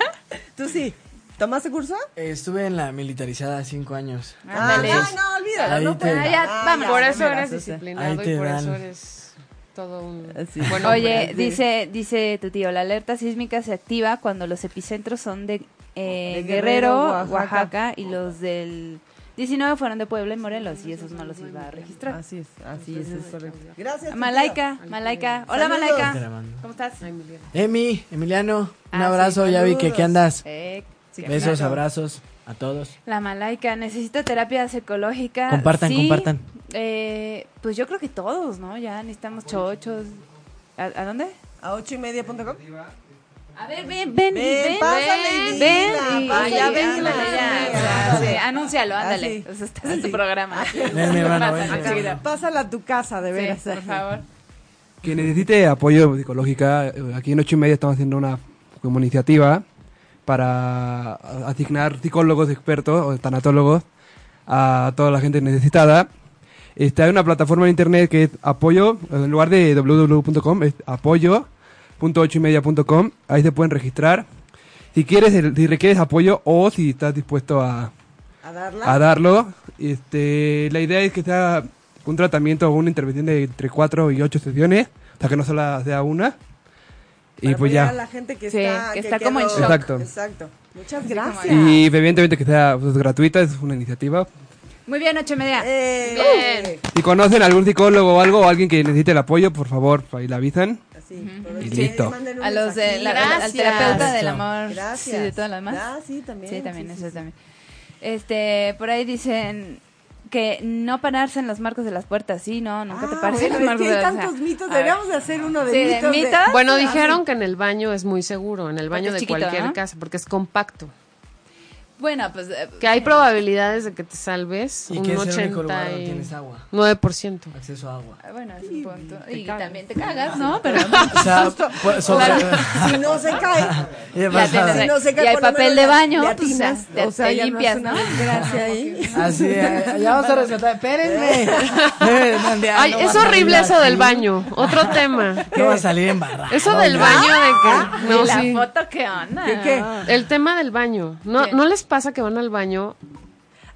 ¿Tú sí? ¿Tomaste curso? Eh, estuve en la militarizada cinco años. Ándale. Ah, no, olvídalo. Ahí No te- cuenta. Ah, ya, Ah, vámonos. Por eso Mira, eres o sea. Ahí disciplinado te y por eso dan. eres todo un Así. buen hombre. Oye, dice, dice tu tío, la alerta sísmica se activa cuando los epicentros son de, eh, De Guerrero, Guerrero, Oaxaca. Oaxaca, y los del 19 fueron de Puebla y Morelos y esos no los iba a registrar. Así es, así es, es correcto. Gracias. tu tío. Malaika, Malaika. Hola Saludos. Malaika. Grabando. ¿Cómo estás? Ay, Emiliano. Emi, Emiliano, un Ah, abrazo, sí, ya vi que aquí saludos. andas. Eh, Sí, Besos, claro. abrazos a todos. La Malaika necesita terapia psicológica. Compartan, Sí, compartan. eh, pues yo creo que todos, ¿no? Ya necesitamos chochos. ¿A, a dónde? A ocho y media punto com. A ver, ven, ven, Ven, ven. pásale y ven, dila, ven y- pásale ya y ven, dila, ándale, ya, amiga, ya, ándale. sí, anúncialo, ándale. Pues Así, O sea, estás en así. tu programa. Ven, mi hermano, Pásale, Ah, ven. chiquito. Pásala a tu casa, de veras. eh, Sí, por favor. Quien necesite apoyo psicológica, eh, aquí en ocho y media estamos haciendo una como iniciativa para a- asignar psicólogos expertos o tanatólogos a toda la gente necesitada. Este, hay una plataforma en internet que es apoyo, en lugar de www.com, es apoyo.ochoymedia.com. Ahí se pueden registrar. Si quieres, el- si requieres apoyo o si estás dispuesto a, A darla. a darlo. Este, la idea es que sea un tratamiento o una intervención de entre 4 y 8 sesiones, o sea que no solo sea una. Y Para pues apoyar a ya. la gente que Sí, está, que está como en quedó- shock. Exacto. Exacto. Muchas gracias. Y evidentemente que sea pues, gratuita, es una iniciativa. Muy bien, ocho y media. Eh, Bien. Si conocen a algún psicólogo o algo, o alguien que necesite el apoyo, por favor, ahí la avisan. Así, por Y ocho listo. media, manden un A los de mensajito. la, al Gracias. terapeuta del amor. Gracias. Sí, de todo lo demás. Ah, sí, también. Sí, también, sí, eso sí, sí. también. Este, por ahí dicen que no pararse en los marcos de las puertas, sí, no, nunca te Ah, pares en bueno, los es marcos que de hay las tantos mitos. A ver. Deberíamos de hacer uno de Ah, Sí, de mitos. mitos. Bueno, dijeron que en el baño es muy seguro, en el Porque baño es de chiquito, cualquier ¿no? casa, porque es compacto. Bueno, pues eh, Que hay probabilidades de que te salves Y un que es el único lugar donde tienes 89%. agua, acceso a agua. bueno, es un punto. Y también te cagas, ¿no? Pero O sea, pues, sobre- Si no se cae. Ya la pasaba. tienes ahí. Si no se cae, y hay por lo papel menos de la- baño, le pues, atinas, te, o sea, te ya no es limpias, una ¿no? desgracia ahí. Así, eh, ya vamos a rescatar. Espérenme. Eh, donde Ay, ando, es va a horrible salir eso del aquí. baño. Otro tema. No va a salir embarrado. Eso del baño de que. y No, Ah, la sí. foto, ¿qué onda? ¿Qué, qué? El tema del baño. No, ¿Qué? ¿No les pasa que van al baño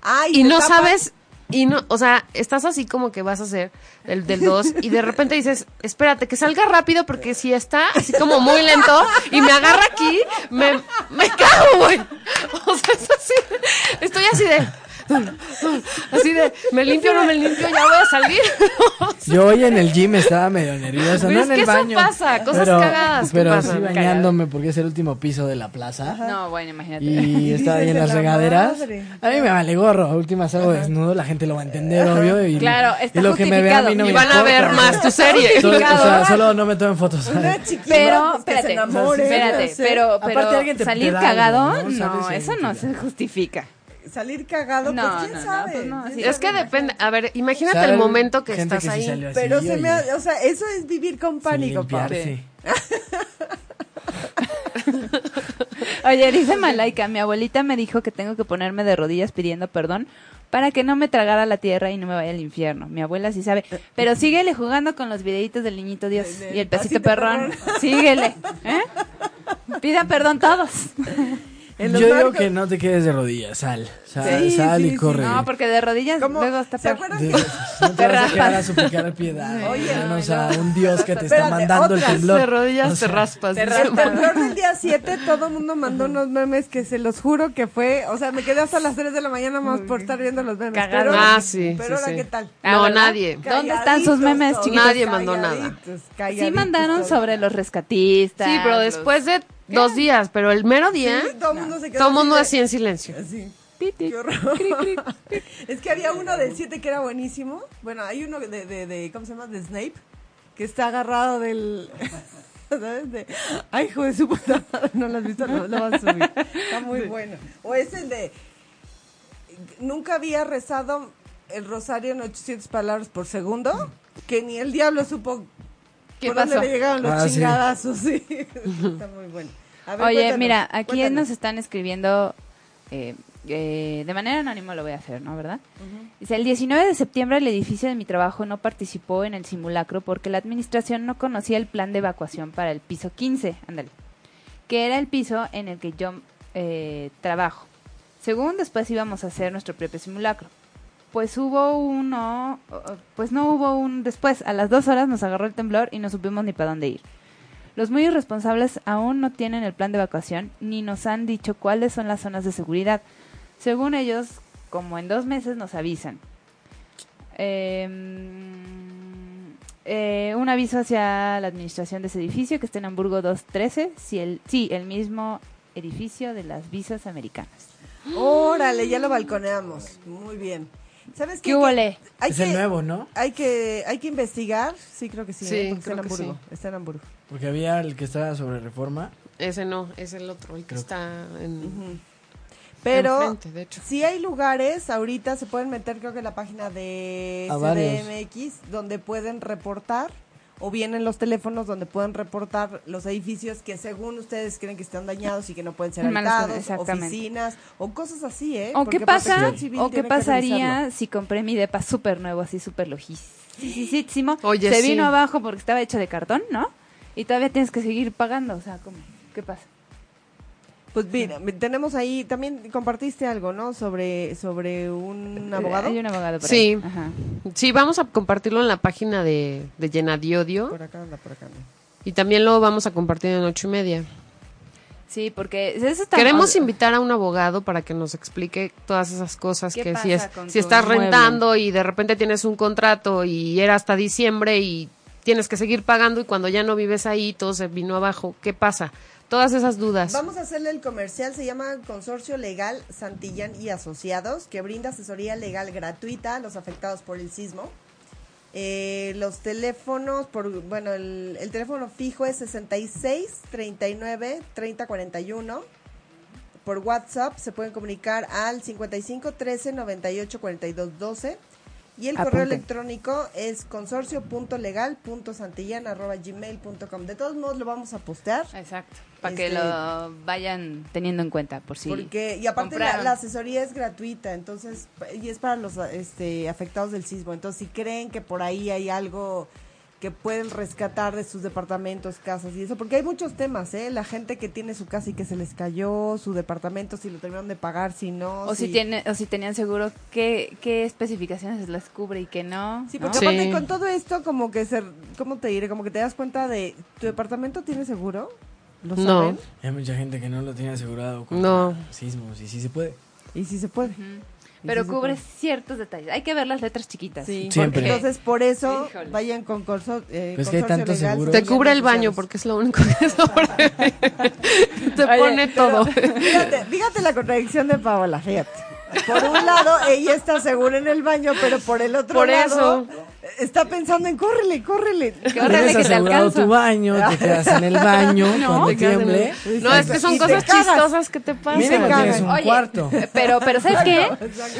Ay, y te no tapan. sabes? Y no, o sea, estás así como que vas a hacer el del 2 y de repente dices, espérate, que salga rápido porque si está así como muy lento y me agarra aquí, me, me cago, güey. O sea, es así, estoy así de, así de, me limpio, no me limpio, ya voy a salir. Yo hoy en el gym estaba medio nerviosa, Pero Pues es no en el que eso baño. pasa, cosas pero, cagadas que Pero pasan. sí bañándome porque es el último piso de la plaza. No, bueno, imagínate. Y estaba ahí en dices, las "La regaderas. madre". A mí me vale gorro. A última salgo desnudo, la gente lo va a entender, obvio. Y, Claro, está y lo que me vea a mí justificado. no me Y van a importa. ver más tu serie. Solo- o sea, justificado. solo no me tomen fotos. Una chiquita Pero, pues, que espérate, se enamore, espérate, no sé. pero, Aparte, pero alguien te- te salir da algo, cagado, ¿no? no, Sabes de eso no mentira. se justifica. Salir cagado, No, pues quién no, no, sabe. pues no, ¿Quién sí. sabe? Es que depende, a ver, imagínate Sabe el momento que gente estás sí ahí. salió así, Pero se oye, me, ha- o sea, eso es vivir con sin pánico, padre. limpiarse. Oye, dice Malaika, mi abuelita me dijo que tengo que ponerme de rodillas pidiendo perdón para que no me tragara la tierra y no me vaya al infierno. Mi abuela sí sabe. Pero síguele jugando con los videitos del niñito Dios y el pasito pasito perrón. Síguele. ¿eh? Pidan perdón todos. En los Yo digo barcos- que no te quedes de rodillas, sal. Sal, Sí, sal sí, y sí, corre. No, porque de rodillas ¿Cómo? luego está ¿Se peor. acuerdan De- que no te vas a quedar a suplicar piedad. Oye, no, no, o sea, un Dios que te está Espérate, mandando el otras De temblor. rodillas te raspas. dice el Marta. temblor del día 7 todo el mundo mandó unos memes que se los juro que fue, o sea, me quedé hasta las 3 de la mañana más por estar viendo los memes. Cagado. Pero, Ah, sí, Pero sí, ahora, sí. ¿qué tal? Ah, No, ¿verdad? nadie. ¿Dónde están sus Calladitos memes, todos, chiquitos? Nadie mandó nada. calladitos, Sí calladitos mandaron todos. sobre los rescatistas. Sí, pero los- después de dos días, pero el mero Sí, día, todo el mundo se quedó todo el mundo así así en silencio. de- así. Ti, ti, Qué horror. cri, cri. Es que había uno del 7 que era buenísimo. Bueno, hay uno de, de, de- ¿cómo se llama? De Snape, que está agarrado del... ¿Sabes? De, Ay, hijo de su puta madre, no lo has visto, lo, lo vas a subir. Está muy bueno. O es el de... Nunca había rezado el rosario en 800 palabras por segundo, que ni el diablo supo ¿Qué por dónde pasó? le llegaron los Ah, sí. chingadazos. Sí. Está muy bueno. A ver, Oye, cuéntanos, mira, aquí cuéntanos. nos están escribiendo eh, eh, de manera anónima lo voy a hacer, ¿no? ¿Verdad? Dice, el 19 de septiembre el edificio de mi trabajo no participó en el simulacro porque la administración no conocía el plan de evacuación para el piso 15, ándale, que era el piso en el que yo eh, trabajo. Según después íbamos a hacer nuestro propio simulacro. Pues hubo uno, o- o- pues no hubo un después. A las dos horas nos agarró el temblor y no supimos ni para dónde ir. Los muy irresponsables aún no tienen el plan de evacuación ni nos han dicho cuáles son las zonas de seguridad. Según ellos, como en dos meses nos avisan. Eh, mm, eh, un aviso hacia la administración de ese edificio que está en Hamburgo 213, si el, sí, el mismo edificio de las visas americanas. Órale, ya lo balconeamos. Muy bien. ¿Sabes qué? ¿Qué huele? Hay es que- el nuevo, ¿no? Hay que, hay que investigar. Sí, creo que sí. Sí, ¿eh? Porque está en creo que Hamburgo. Está en Hamburgo. Porque había el que estaba sobre reforma. Ese no, es el otro, el que está en... Pero Enfrente, de hecho. sí hay lugares, ahorita se pueden meter creo que en la página de A varios. CDMX, donde pueden reportar, o bien en los teléfonos donde pueden reportar los edificios que según ustedes creen que están dañados y que no pueden ser En manos- habitados, exactamente. oficinas, o cosas así, ¿eh? ¿O Porque qué pasa? Protección Civil ¿O qué tiene que revisarlo. pasaría si compré mi depa súper nuevo, así súper lojísimo? Oye, Se sí. vino abajo porque estaba hecho de cartón, ¿no? Y todavía tienes que seguir pagando, o sea, ¿cómo? ¿Qué pasa? Pues mira, me- tenemos ahí, también compartiste algo, ¿no? Sobre, sobre un abogado. Eh, Hay un abogado por Sí. ahí. Ajá. Sí, vamos a compartirlo en la página de, de Llenadiodio Por acá anda, por acá anda. y también lo vamos a compartir en ocho y media. Sí, porque eso está... Queremos invitar a un abogado para que nos explique todas esas cosas ¿Qué que si, es, pasa con si tu estás inmueble? rentando y de repente tienes un contrato y era hasta diciembre y tienes que seguir pagando y cuando ya no vives ahí todo se vino abajo. ¿Qué pasa? Todas esas dudas. Vamos a hacerle el comercial, se llama Consorcio Legal Santillán y Asociados, que brinda asesoría legal gratuita a los afectados por el sismo. Eh, los teléfonos, por, bueno, el, el teléfono fijo es 66 39 30 41. Por WhatsApp se pueden comunicar al 55 13 98 42 12. Y el correo Apunten. electrónico es consorcio.legal.santillán.gmail.com. De todos modos, lo vamos a postear. Exacto, para Este- que lo vayan teniendo en cuenta por si... Porque, y aparte la, compraron. la asesoría es gratuita, entonces, y es para los este, afectados del sismo. Entonces, si creen que por ahí hay algo que pueden rescatar de sus departamentos, casas y eso, porque hay muchos temas, ¿eh? La gente que tiene su casa y que se les cayó, su departamento, si lo terminaron de pagar, si no. O si, tiene, o si tenían seguro qué, qué especificaciones las cubre y qué no. Sí, ¿no? porque Sí. aparte con todo esto, como que se, ¿cómo te diré? Como que te das cuenta de, ¿tu departamento tiene seguro? ¿Lo No. saben? Hay mucha gente que no lo tiene asegurado con No. sismos y sí se puede. Y si se puede. Pero Sí, sí, cubre ciertos detalles. Hay que ver las letras chiquitas. Sí, Siempre. porque- entonces por eso Híjole. vayan con corso, eh, Pues que hay consorcio tantos legal. seguros. Te cubre el baño porque es lo único que sobrevive. Te Oye, pone todo. Fíjate, fíjate la contradicción de Paola, fíjate. Por un lado, ella está segura en el baño, pero por el otro Por lado, está pensando en córrele, córrele. Córrele, Tienes que te asegurado alcanzo. tu baño, te quedas en el baño cuando tiemble. No, es que son Y te cosas cagas. chistosas que te pasan. Mira, cagan. tienes un Oye, cuarto. Pero, pero ¿sabes qué?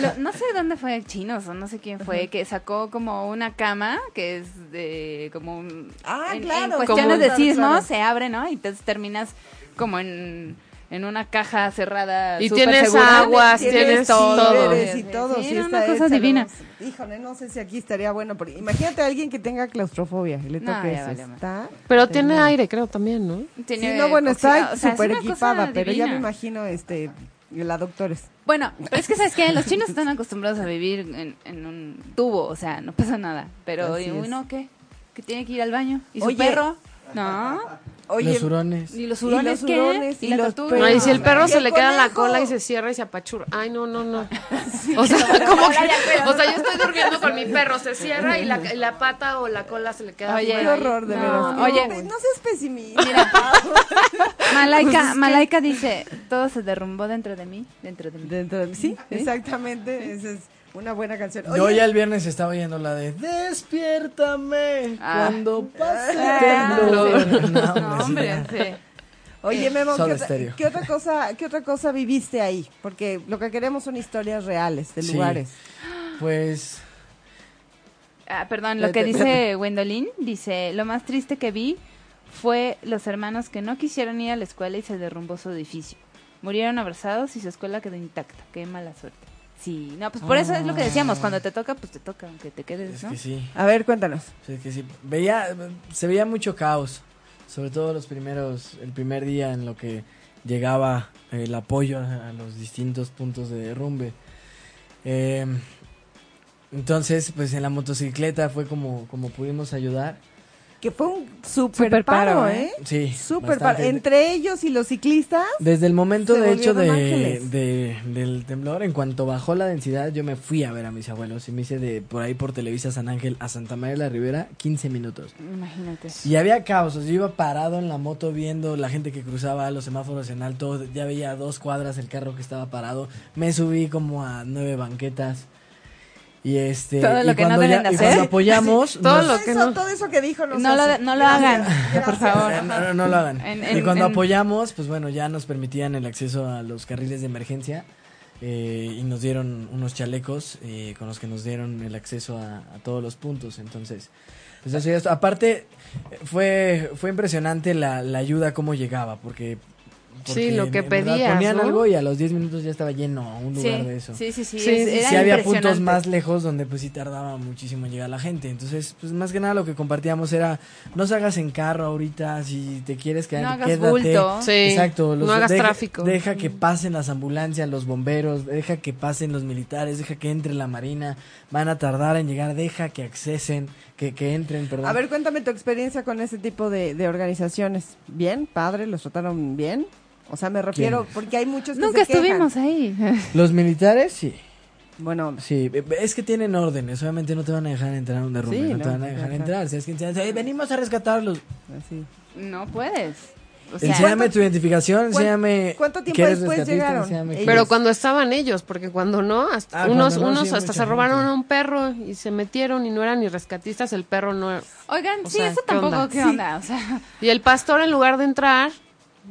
Lo- no sé dónde fue el chino, o no sé quién fue, que sacó como una cama, que es de como un... Ah, en, claro. en Como cuestiones un- de claro, sismo claro. se abre, ¿no? Y entonces terminas como en, en una caja cerrada. Y súper tienes segura. aguas, tienes Tienes todo. víveres y todo. Sí, sí era está una cosa hecha, divina. no- Híjole, no sé si aquí estaría bueno. Porque imagínate a alguien que tenga claustrofobia y le No, toque ya eso. vale, madre. está- Pero tiene aire, creo, también, ¿no? Tiene sí, no, bueno, oxidado, está o sea, es súper una cosa equipada, pero ya me divina. imagino este, la doctores. Bueno, pero es que sabes que los chinos están acostumbrados a vivir en, en un tubo, o sea, no pasa nada. Pero Así ¿y es. uno qué? Que tiene que ir al baño. ¿Y su Oye. perro? No. Oye, los hurones. ¿Y los ¿Y hurones los qué? hurones? ¿Y, ¿Y la los tortuga? Pues perros? No, y si el perro Y se el le queda en la conejo. cola y se cierra y se apachurra. Ay, no, no, no. O sea, como que, o sea, yo estoy durmiendo con mi perro, se cierra y la, y la pata o la cola se le queda. Oye, qué afuera. horror, de No, veras. Qué oye. horror. no seas pesimista. Malaika, Malaika dice, todo se derrumbó dentro de mí, dentro de mí. Dentro de- sí, exactamente. Esa es una buena canción. Yo Oye, ya el viernes estaba oyendo la de Despiértame Ah. cuando pase Ah, temblor. no. No, hombre, No, sí, hombre, ya. sí. oye, Memo, Solo ¿qué otra, estéreo. qué otra cosa, qué otra cosa viviste ahí? Porque lo que queremos son historias reales de Sí. lugares. Pues Ah, perdón, Eh, lo que Espérate, dice Gwendolyn, dice, lo más triste que vi fue los hermanos que no quisieron ir a la escuela y se derrumbó su edificio. Murieron abrazados y su escuela quedó intacta. Qué mala suerte. Sí, no, pues por eso es lo que decíamos. Cuando te toca, pues te toca, aunque te quedes, Es ¿no? que sí. A ver, cuéntanos. Sí, que sí. Veía, se veía mucho caos, sobre todo los primeros, el primer día en lo que llegaba el apoyo a, a los distintos puntos de derrumbe. Eh, entonces, pues en la motocicleta fue como, como pudimos ayudar. Que fue un super, Súper paro, paro, ¿eh? Sí, Super paro. bastante. Entre ellos y los ciclistas. Desde el momento, se de hecho, volvieron de, ángeles. de- del temblor, en cuanto bajó la densidad, yo me fui a ver a mis abuelos y me hice de por ahí por Televisa San Ángel a Santa María de la Ribera 15 minutos. Imagínate. Y había caos, o sea, yo iba parado en la moto viendo la gente que cruzaba los semáforos en alto, ya veía a dos cuadras el carro que estaba parado, me subí como a nueve banquetas y este... Todo lo y que no cuando deben de y cuando hacer. apoyamos... Todo nos- lo que eso, no. Todo eso que dijo no, se No lo, hace. no lo hagan, por No, favor. no, no lo hagan. En- en- y cuando en- apoyamos, pues bueno, ya nos permitían el acceso a los carriles de emergencia eh, y nos dieron unos chalecos eh, con los que nos dieron el acceso a, a todos los puntos. Entonces, pues eso ya está. Aparte, eh, fue, fue impresionante la, la ayuda, cómo llegaba, porque. Sí, lo que en verdad pedías, Ponían ¿no? algo y a los 10 minutos ya estaba lleno un lugar de Sí, eso. sí, sí, sí. Sí, es- sí, era Sí, había impresionante. puntos más lejos donde pues sí tardaba muchísimo en llegar la gente. Entonces, pues más que nada lo que compartíamos era, no salgas en carro ahorita, si te quieres quedar, No hagas quédate. bulto. Sí. Exacto, no hagas deja, tráfico. Deja que pasen las ambulancias, los bomberos, deja que pasen los militares, deja que entre la marina, van a tardar en llegar, deja que accesen, que, que entren, perdón. A ver, cuéntame tu experiencia con ese tipo de, de organizaciones. ¿Bien? ¿Padre? ¿Los trataron bien? O sea, me refiero, porque hay muchos que se Nunca quejan. estuvimos ahí. Los militares, sí. Bueno, Sí, es que tienen órdenes, obviamente no te van a dejar entrar a un derrumbe, Sí, no, no, te van a dejar ajá. entrar. Si es que te dicen, "Ey, venimos a rescatarlos, así. No puedes. O sea, Enséñame tu identificación, cuánto- enséñame. cuánto tiempo que eres después rescatista, llegaron? enséñame que Ellos. Pero eres- cuando estaban ellos, porque cuando no, hasta Ah, unos, cuando no, unos sí, hasta mucha se robaron gente. a un perro y se metieron y no eran ni rescatistas, el perro no. oigan, O sí, sea, eso ¿qué tampoco, onda? ¿qué onda? O sea, Y el pastor en lugar de entrar,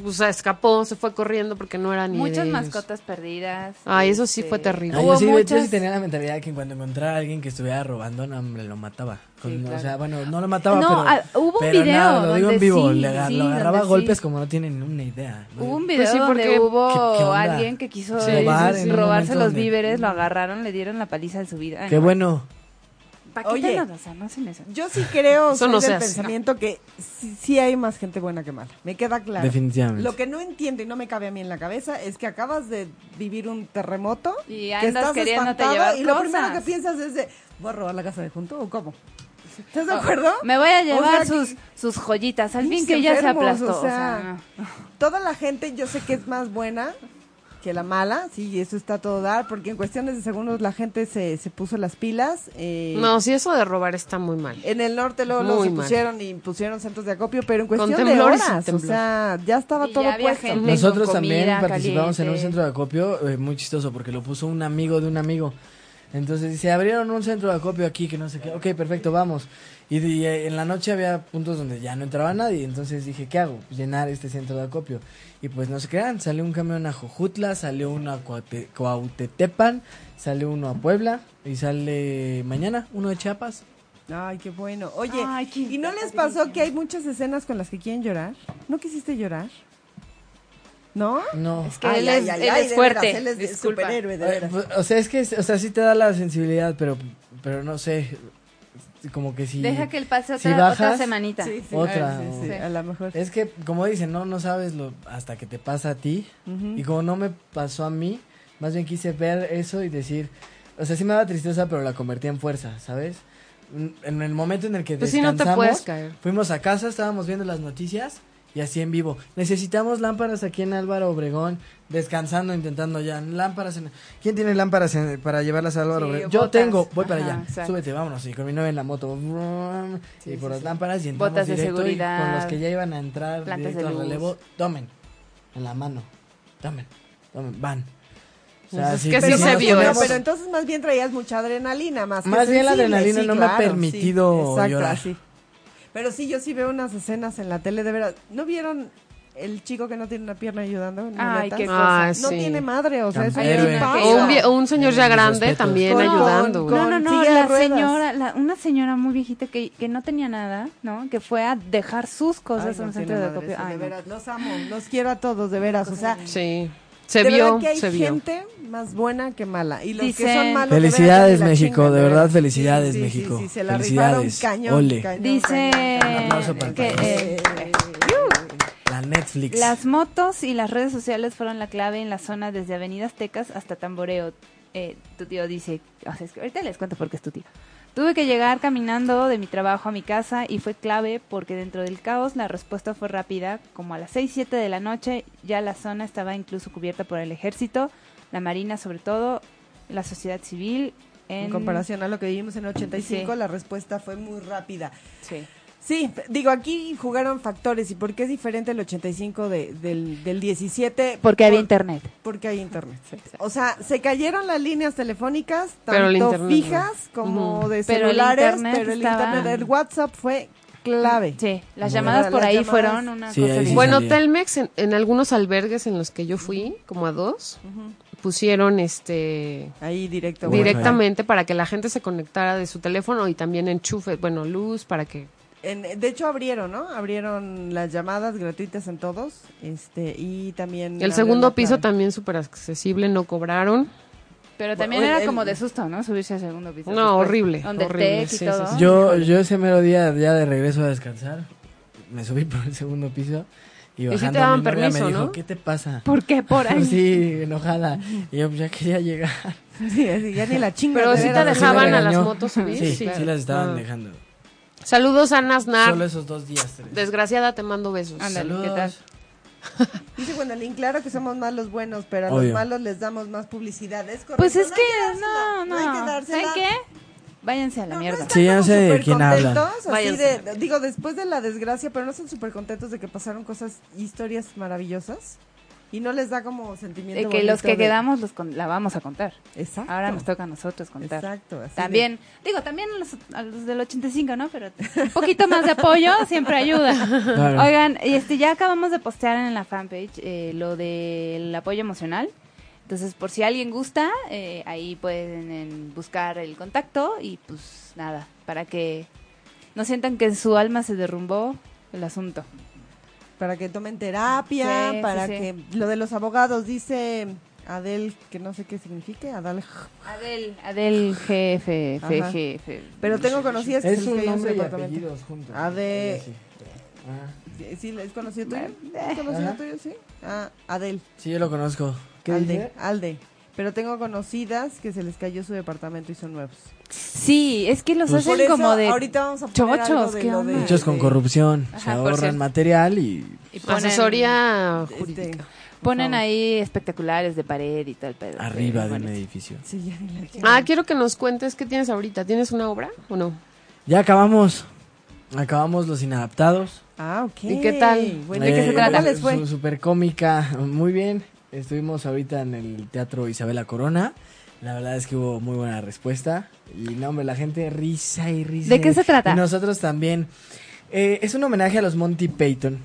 pues se escapó, se fue corriendo porque no era ni muchas de ellos. mascotas perdidas. Ay, eso sí este, fue terrible. Ah, yo, Hubo sí, yo sí muchas- tenía la mentalidad de que en cuanto encontrara a alguien que estuviera robando, no, hombre, lo mataba. Con- Sí, claro. O sea, bueno, no lo mataba, No, pero. ah, hubo un pero video nada, lo digo en donde vivo, sí, le aga- sí, lo agarraba a donde golpes sí. como no tienen ni una idea. ¿no? Hubo un video Pues sí, donde porque- hubo ¿Qué- qué onda? alguien que quiso Sí, robar- sí, sí. robarse En un momento los donde- víveres, lo agarraron, le dieron la paliza de su vida. Ay, Qué no, bueno. ¿pa' qué Oye. tanto? O sea, no hacen eso. Yo sí creo, Eso soy no del se hace. pensamiento que sí, sí hay más gente buena que mala. Me queda claro. Definitivamente. Lo que no entiendo y no me cabe a mí en la cabeza es que acabas de vivir un terremoto Y que andas estás queriéndote espantado llevar y lo cosas. primero que piensas es de voy a robar la casa de junto o cómo. ¿Estás de acuerdo? Me voy a O sea, llevar que- sus, sus joyitas. Al fin Pinches que ella se enfermos, aplastó. o O sea. sea, no. Toda la gente yo sé que es más buena que la mala, sí, eso está a todo dar, porque en cuestiones de segundos la gente se, se puso las pilas. eh, No, sí, eso de robar está muy mal. En el norte luego, luego Muy se mal. pusieron y pusieron centros de acopio, pero en Con cuestión de temblor y sin horas, o temblor. sea, ya estaba Y ya todo había puesto. gente. Tengo Nosotros comida también participamos en un caliente. centro de acopio eh, muy chistoso porque lo puso un amigo de un amigo. Entonces se abrieron un centro de acopio aquí que no sé qué. Ok, perfecto, vamos. Y de- eh, en la noche había puntos donde ya no entraba nadie. Entonces dije, ¿qué hago? Llenar este centro de acopio. Y pues no se crean, salió un camión a Jojutla, salió uno a Coate- Coautetepan, salió uno a Puebla y sale mañana uno de Chiapas. Ay, qué bueno. Oye, Ay, qué ¿y no les pasó que hay muchas escenas con las que quieren llorar? ¿No quisiste llorar? ¿No? No. Es que él es, él es de fuerte. veras, él es de- Disculpa. superhéroe, de Eh, veras. pues, O sea, es que, o sea, sí te da la sensibilidad, pero, pero no sé, como que sí. Deja que él pase si otra, otra bajas, semanita. Sí, sí, otra, sí, sí, o- a lo mejor. Es que, como dicen, no, no sabes lo hasta que te pasa a ti. Y como no me pasó a mí, más bien quise ver eso y decir, o sea, sí me daba tristeza, pero la convertí en fuerza, ¿sabes? En- En el momento en el que Pues sí, no te descansamos, puedes caer. fuimos a casa, estábamos viendo las noticias y así en vivo. Necesitamos lámparas aquí en Álvaro Obregón, descansando, intentando ya lámparas. En... ¿Quién tiene lámparas en- para llevarlas a Álvaro Sí, Obregón? o Yo botas. tengo, voy para Ajá, allá. exacto. Súbete, vámonos. Y con mi novia en la moto, y por las lámparas y entramos Botas de directo y con los seguridad. que ya iban a entrar Plantas directo de al luz. relevo, tomen, en la mano, tomen, tomen, van. O sea, Pues es sí, que sí sí nos se vio pero, poníamos- eso. pero entonces más bien traías mucha adrenalina, más que Más bien la sensible, adrenalina sí, no me ha claro, sí, permitido exacto, llorar. sí. Pero sí, yo sí veo unas escenas en la tele, de veras. ¿No vieron el chico que no tiene una pierna ayudando? en Ay, muletas? qué cosa. Ah, No sí. tiene madre, o sea, es un Héroe. tipazo. O un, vie- o un señor ya Mis grande respetos. también Con- ayudando, güey. No, no, no, silla de la ruedas. señora, la- una señora muy viejita que, que no tenía nada, ¿no? Que fue a dejar sus cosas Ay, a no un centro tiene de madre acopio. eso, Ay, de no. veras, los amo, los quiero a todos, de veras. O sea, Sí. Se de vio, verdad que hay se vio. gente más buena que mala. Y los que Dicen- son malos. Felicidades, de verdad, se la México, chingan, de verdad, felicidades, Sí, sí, México. Sí, sí, se la Felicidades, rifaron cañón. ole. cañón, Dice cañón, aplauso cañón, para el que cañón. eh, La Netflix. las motos y las redes sociales fueron la clave en la zona desde Avenidas Tecas hasta Tamboreo. Eh, tu tío dice, o sea, es que ahorita les cuento porque es tu tío. Tuve que llegar caminando de mi trabajo a mi casa y fue clave porque dentro del caos la respuesta fue rápida. Como a las 6, 7 de la noche ya la zona estaba incluso cubierta por el ejército, la marina sobre todo, la sociedad civil. En, En comparación a lo que vivimos en 85, Sí. la respuesta fue muy rápida. Sí. Sí, digo, aquí jugaron factores. ¿Y por qué es diferente el 85 de- del, del 17? Porque había Por- internet. Porque hay internet. O sea, se cayeron las líneas telefónicas, Pero el tanto internet no. fijas como de Pero el celulares, internet pero el estaba- internet, el WhatsApp fue clave. Sí, las Bueno. llamadas por Las ahí llamadas- fueron una Sí, cosa ahí sí bien. salió. Bueno, Telmex en, en algunos albergues en los que yo fui, como a dos, pusieron este Ahí directo. Wi-Fi. directamente para que la gente se conectara de su teléfono y también enchufe, bueno, luz para que En- de hecho abrieron, ¿no? Abrieron las llamadas gratuitas en todos, este y el también abrieron segundo la piso clave. también súper accesible, no cobraron. Pero también Oye, era el- como de susto, ¿no? Subirse al segundo piso. No, horrible, Donde horrible, tech y sí, sí, todo. sí. Yo, yo ese mero día, ya de regreso a descansar, me subí por el segundo piso y sí te bajando daban mi novia permiso, me dijo, ¿no? ¿qué te pasa? ¿Por qué por ahí? Sí, enojada. Y yo pues, ya quería llegar. Sí, así, ya ni la chinga. Pero de sí te veras. dejaban a las regañó. motos subir. Sí, sí, Ah, claro. las estaban Ah. dejando. Saludos a Nasnar. Solo esos dos días, tres. Desgraciada, te mando besos. Ándale, ¿qué Saludos. tal? Dice Gwendolyn, claro que somos malos buenos, pero a Obvio. los malos les damos más publicidad. Es correcto. Pues es no que, hay dársela, no, no. hay que dársela. ¿Saben qué? Váyanse a la No, no mierda. están Sí, ya como sé de súper quién hablan. contentos, así Váyanse. de- digo, después de la desgracia, pero no son súper contentos de que pasaron cosas, historias maravillosas. Y no les da como sentimiento. de que los bonito que de- quedamos los con- la vamos a contar. Exacto. Ahora nos toca a nosotros contar. Exacto. así de- También, digo, también a los, a los del 85, ¿no? Pero un poquito más de apoyo siempre ayuda. Claro. Oigan, este, ya acabamos de postear en la fanpage eh, lo del apoyo emocional. Entonces, por si alguien gusta, eh, ahí pueden en, buscar el contacto y pues nada, para que no sientan que en su alma se derrumbó el asunto. Para que tomen terapia, Sí, sí, para sí. que lo de los abogados dice Adel, que no sé qué signifique, Adal. Adel, Adel jefe, Ajá. Pero tengo conocidas que este Es se un les cayó su nombre y departamento. apellidos juntos. Ah, de- Algo así. Ah. Sí, sí, ¿es conocido tuyo? ¿Es eh. conocido Ajá. tuyo, sí? Ah, Adel. Sí, yo lo conozco. ¿Qué Alde, dice? Alde. Pero tengo conocidas que se les cayó su departamento y son nuevos. Sí, es que los Pues- hacen como de... ahorita vamos a poner chochos, algo de ¿qué lo onda? de- Muchos con de- corrupción. Ajá, se por ahorran cierto. material y... y ponen- Asesoría de- jurídica. Ponen ahí espectaculares de pared y tal, pero... Arriba de un bueno, edificio. Sí, ya ni la quiero. Ah, quiero que nos cuentes qué tienes ahorita. ¿Tienes una obra o no? Ya acabamos. Acabamos los inadaptados. Ah, ok. ¿Y qué tal? Bueno, ¿de qué se Eh, trata? su- les fue? su- Súper cómica. Muy bien. Estuvimos ahorita en el Teatro Isabela Corona. La verdad es que hubo muy buena respuesta. Y no, hombre, la gente risa y risa. ¿De y- qué se trata? Y nosotros también. Eh, es un homenaje a los Monty Python,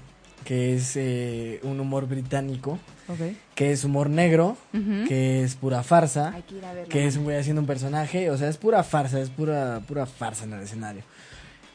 que es eh, un humor británico, Ok. que es humor negro, Ujú. que es pura farsa. Hay que ir a verlo. que es un güey haciendo un personaje, o sea, es pura farsa, es pura, pura farsa en el escenario.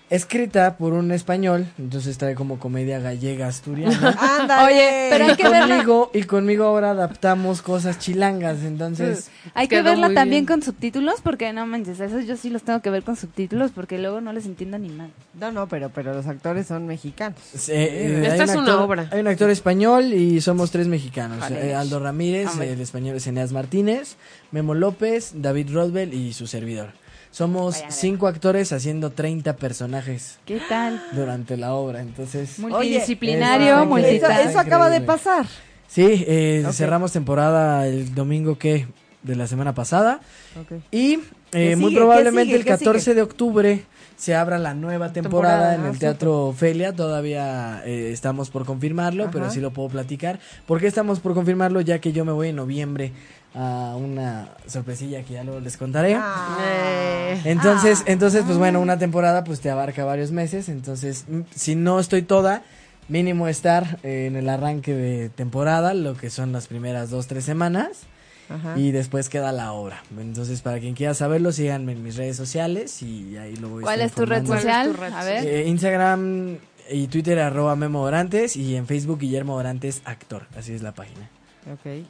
Escrita por un español, entonces trae como comedia gallega asturiana. Ándale. Oye, Ah, pero hay y que verla. conmigo, y conmigo ahora adaptamos cosas chilangas, entonces Hay que Quedó verla muy también bien. con subtítulos porque no manches, eso yo sí los tengo que ver con subtítulos porque luego no les entiendo ni mal. No, no, pero, pero los actores son mexicanos. eh, eh, Esta hay un es una actor- obra. Hay un actor español y somos tres mexicanos. Vale. eh, Aldo Ramírez, Hombre. el español es Eneas Martínez, Memo López, David Rodbell y su servidor. Somos Vayan a ver. cinco actores haciendo 30 personajes ¿Qué tal? durante la obra, entonces... Multidisciplinario, Oye, Eso, multitask. eso acaba de Increíble. pasar. Sí, eh, Ok. cerramos temporada el domingo que de la semana pasada Ok. y eh, ¿Qué muy sigue? probablemente ¿Qué sigue? el ¿Qué 14 sigue? de octubre se abra la nueva temporada, Temporada, en ah, el Teatro Ofelia. Todavía eh, estamos por confirmarlo, pero Ajá. sí lo puedo platicar. ¿Por qué estamos por confirmarlo? Ya que yo me voy en noviembre a una sorpresilla que ya luego les contaré. Ah. Eh, Entonces, Ah. entonces, pues bueno, una temporada pues te abarca varios meses, entonces mm, si no estoy toda, mínimo estar eh, en el arranque de temporada, lo que son las primeras dos, tres semanas, Ajá. y después queda la obra. Entonces, para quien quiera saberlo, síganme en mis redes sociales y ahí lo voy a ¿Cuál estar es tu red informando. social? ¿Cuál es tu red A ver. Eh, Instagram y Twitter arroba Memo Orantes y en Facebook Guillermo Orantes Actor, así es la página. Ok.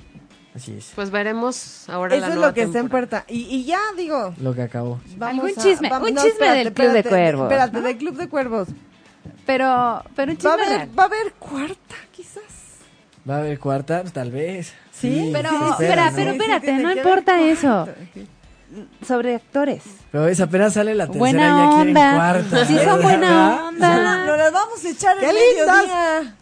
Así es. Pues veremos ahora Eso la es nueva lo que está en temporada. puerta. Y, y ya digo. Lo que acabó. Vamos Algún a- chisme, vam- un chisme del Club de Cuervos, Espérate, ¿no? del Club de Cuervos. Pero, pero un Va a, chisme real. haber, va a haber cuarta, quizás. ¿Va a haber cuarta? Pues, tal vez. Sí, Pero, espera, se espera, ¿no? Ah, pero Sí, sí, que espérate, se no quede importa cuarta. eso. Sobre actores. Pero es apenas sale la tercera Buena ya quieren onda. cuarta. Sí, son buena onda. Nos las vamos a echar el ¡Qué lindas! mediodía.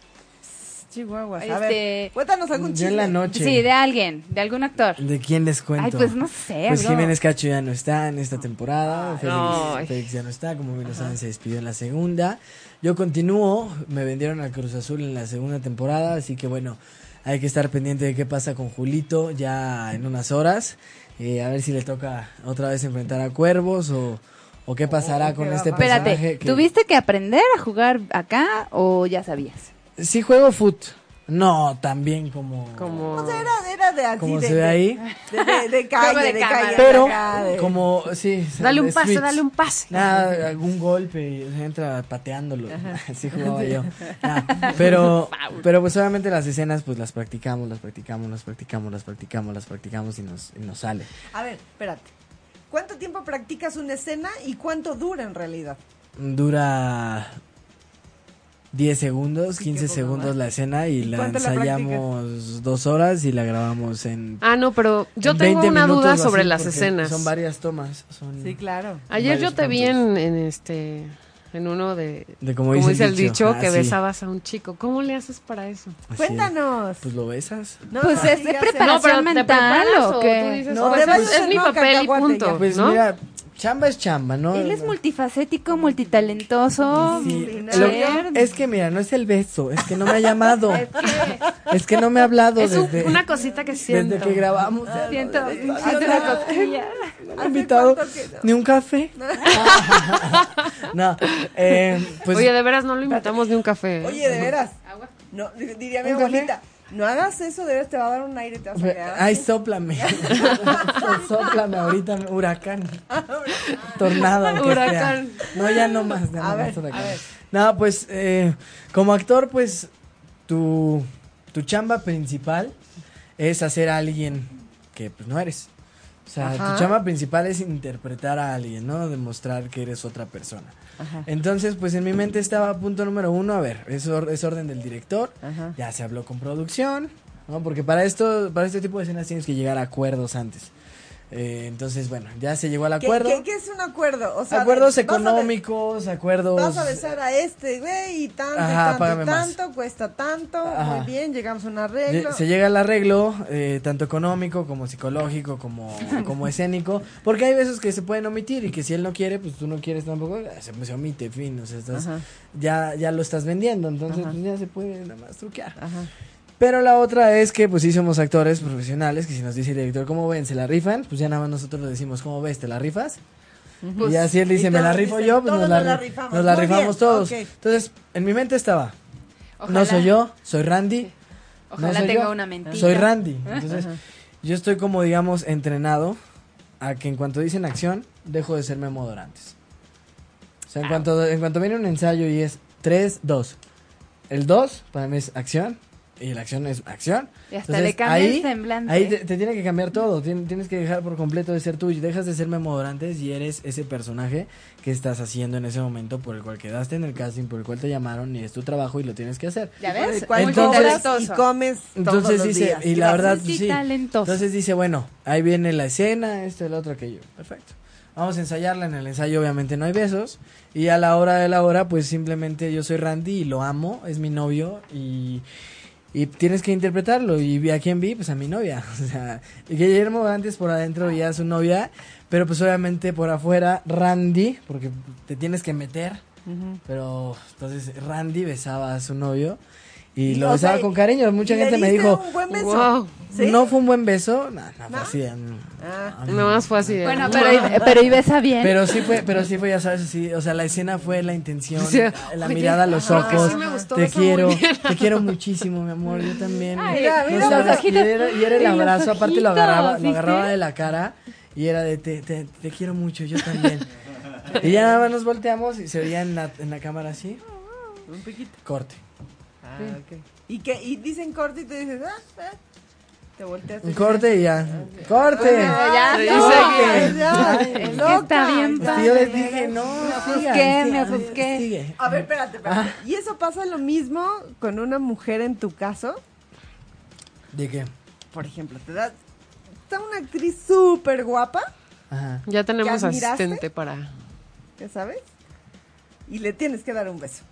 Chihuahuas. A ver, Este- cuéntanos algún Ya chisme. en la noche. Sí, de alguien, de algún actor. ¿De quién les cuento? Ay, pues no sé. Pues algo. Jiménez Cacho ya no está en esta temporada. Félix, Ay. Félix ya no está, como bien lo saben, se despidió en la segunda. Yo continúo, me vendieron al Cruz Azul en la segunda temporada, así que bueno, hay que estar pendiente de qué pasa con Julito ya en unas horas. Eh, a ver si le toca otra vez enfrentar a Cuervos o, o qué pasará con este personaje. Espérate, que- ¿tuviste que aprender a jugar acá o ya sabías? Sí juego foot. No, también como... Como... O sea, era, era de así. Como de, se ve ahí. De, de- de calle, Juego de, de calle. cámara. Pero, de acá, de- como, sí. o sea, Dale de un pase, sweet. dale un pase. Nada, algún golpe y o sea, entra pateándolo. Así jugaba yo. Nada, pero, pero pues obviamente las escenas pues las practicamos, las practicamos, las practicamos, las practicamos, las practicamos y nos, y nos sale. A ver, espérate. ¿Cuánto tiempo practicas una escena y cuánto dura en realidad? Dura 10 segundos, 15 segundos la escena y la cuánto la ensayamos dos horas y la grabamos en... Ah, no, pero yo en tengo 20 una minutos o duda así, sobre las porque escenas. Son varias tomas. son- claro. Ayer yo varios te vi puntos. en, en este en uno de, De como como dice dice, el el dicho, dicho. Ah, que sí. besabas a un chico. ¿Cómo le haces para eso? Así es. Cuéntanos. Pues lo besas. No, Pues es- es digas preparar- eso. No, pero ¿te preparas o tú dices, No, pues, es- es mi papel y punto, Pues ¿no? mira, chamba es chamba, ¿no? Él es multifacético, multitalentoso. Sí, Multi- lo- Ayer- es que mira, no es el beso, es que no me ha llamado. es, que... no me ha hablado Es un- desde, una cosita que siento. desde que grabamos. Siento, siento Anda. la costilla. No me ha invitado cuánto que no? ni un café. no, eh, pues Oye, de veras no lo invitamos ni un café. ¿eh? Oye, de veras. No, di- diría mi ¿Un café? abuelita. No hagas eso, de veras te va a dar un aire, te vas a quedar. ay, sóplame. sóplame ahorita, huracán. Tornado. aunque sea. Huracán. No, ya no más. ya A no ver, más huracán. a ver. No, pues eh, como actor, pues tu, tu chamba principal es hacer a alguien que pues, no eres. O sea, Ajá. tu chamba principal es interpretar a alguien, ¿no? Demostrar que eres otra persona. Entonces, pues en mi mente estaba punto número uno, a ver, es, or- es orden del director, Ajá. ya se habló con producción, ¿no? Porque para esto, para este tipo de escenas tienes que llegar a acuerdos antes. Eh, entonces, bueno, ya se llegó al ¿Qué, acuerdo. qué- qué es un acuerdo? O sea, acuerdos vas a be- económicos, acuerdos... Vas a besar a este, güey, y tanto, y Ajá, tanto, págame y más. tanto, cuesta tanto. Ajá. Muy bien, llegamos a un Lle- arreglo. Se llega al arreglo, eh, tanto económico como psicológico, como, como escénico, porque hay veces que se pueden omitir y que si él no quiere, pues tú no quieres tampoco, eh, se, se omite, fin, o sea, estás, ya, ya lo estás vendiendo, entonces pues, ya se puede nada más truquear. Pero la otra es que pues sí somos actores profesionales, que si nos dice el director, ¿cómo ven? ¿Se la rifan? Pues ya nada más nosotros le decimos, ¿cómo ves? ¿Te la rifas? y así él y dice, me la todos rifo dicen, yo, pues todos nos la, nos la ri- rifamos. nos la Muy bien, rifamos todos. ok. Entonces, en mi mente estaba, Ojalá- no soy yo, soy Randy. Ojalá soy tenga yo, una mentira. Soy Randy. Entonces, yo estoy como, digamos, entrenado a que en cuanto dicen acción, dejo de ser Memo Dorantes. O Ah. sea, en, cuanto, en cuanto viene un ensayo y es 3, 2. El 2 para mí es acción y la acción es acción. Y hasta le cambia este el semblante. Ahí te, te tiene que cambiar todo. Tien- tienes que dejar por completo de ser tú. y Dejas de ser Memo Dorantes y eres ese personaje que estás haciendo en ese momento por el cual quedaste en el casting, por el cual te llamaron y es tu trabajo y lo tienes que hacer. ¿Ya ves? ¿Cuál Entonces- cobras y comes todos Entonces los dice, días? y la verdad, Sí, sí. talentoso. Entonces dice, bueno, ahí viene la escena, esto, el otro, aquello. Perfecto. Vamos a ensayarla. En el ensayo, obviamente, no hay besos. Y a la hora de la hora, pues simplemente yo soy Randy y lo amo, es mi novio y. y tienes que interpretarlo. ¿Y vi- a quién vi? Pues a mi novia. O sea, y Guillermo antes por adentro veía a su novia, pero pues obviamente por afuera Randy, porque te tienes que meter. Pero entonces Randy besaba a su novio y, Y, lo o besaba sea, con cariño. y Mucha le gente me diste dijo, un buen beso. wow. ¿Sí? no fue un buen beso. No, no, fue así. mm, Ah. mm. Nada más fue así. de- Bueno, pero, pero y besa bien. Pero sí fue, pero sí fue, ya sabes, sí, o sea, la escena fue la intención, Sí. la Oye, mirada a los creo que ojos. sí me gustó te eso muy quiero, bien. te quiero muchísimo, mi amor, yo también. mira, No mira los sabes, ojitos. y, era, y era el Y los abrazo, aparte lo ojitos, agarraba, lo ¿viste? agarraba de la cara y era de te, te, te quiero mucho, yo también. Y ya nada más nos volteamos y se veía en la, en la cámara así, Un piquito. corte. Ah, ok. Y que y dicen corto y te dices, ah, ah. Te volteas. Un corte y ya. ¡Corte! Ya, Ay, ya. Corte. ya, que loca. está bien Ya. padre. Yo les dije, no, sigan, ofusqué, sigan, me ofusqué. sigue. A ver, espérate, espérate. "Ah". ¿Y eso pasa lo mismo con una mujer en tu caso? ¿De qué? Por ejemplo, te da. Está una actriz súper guapa, Ajá. Ya tenemos ¿Ya miraste? asistente para. ya sabes, y le tienes que dar un beso.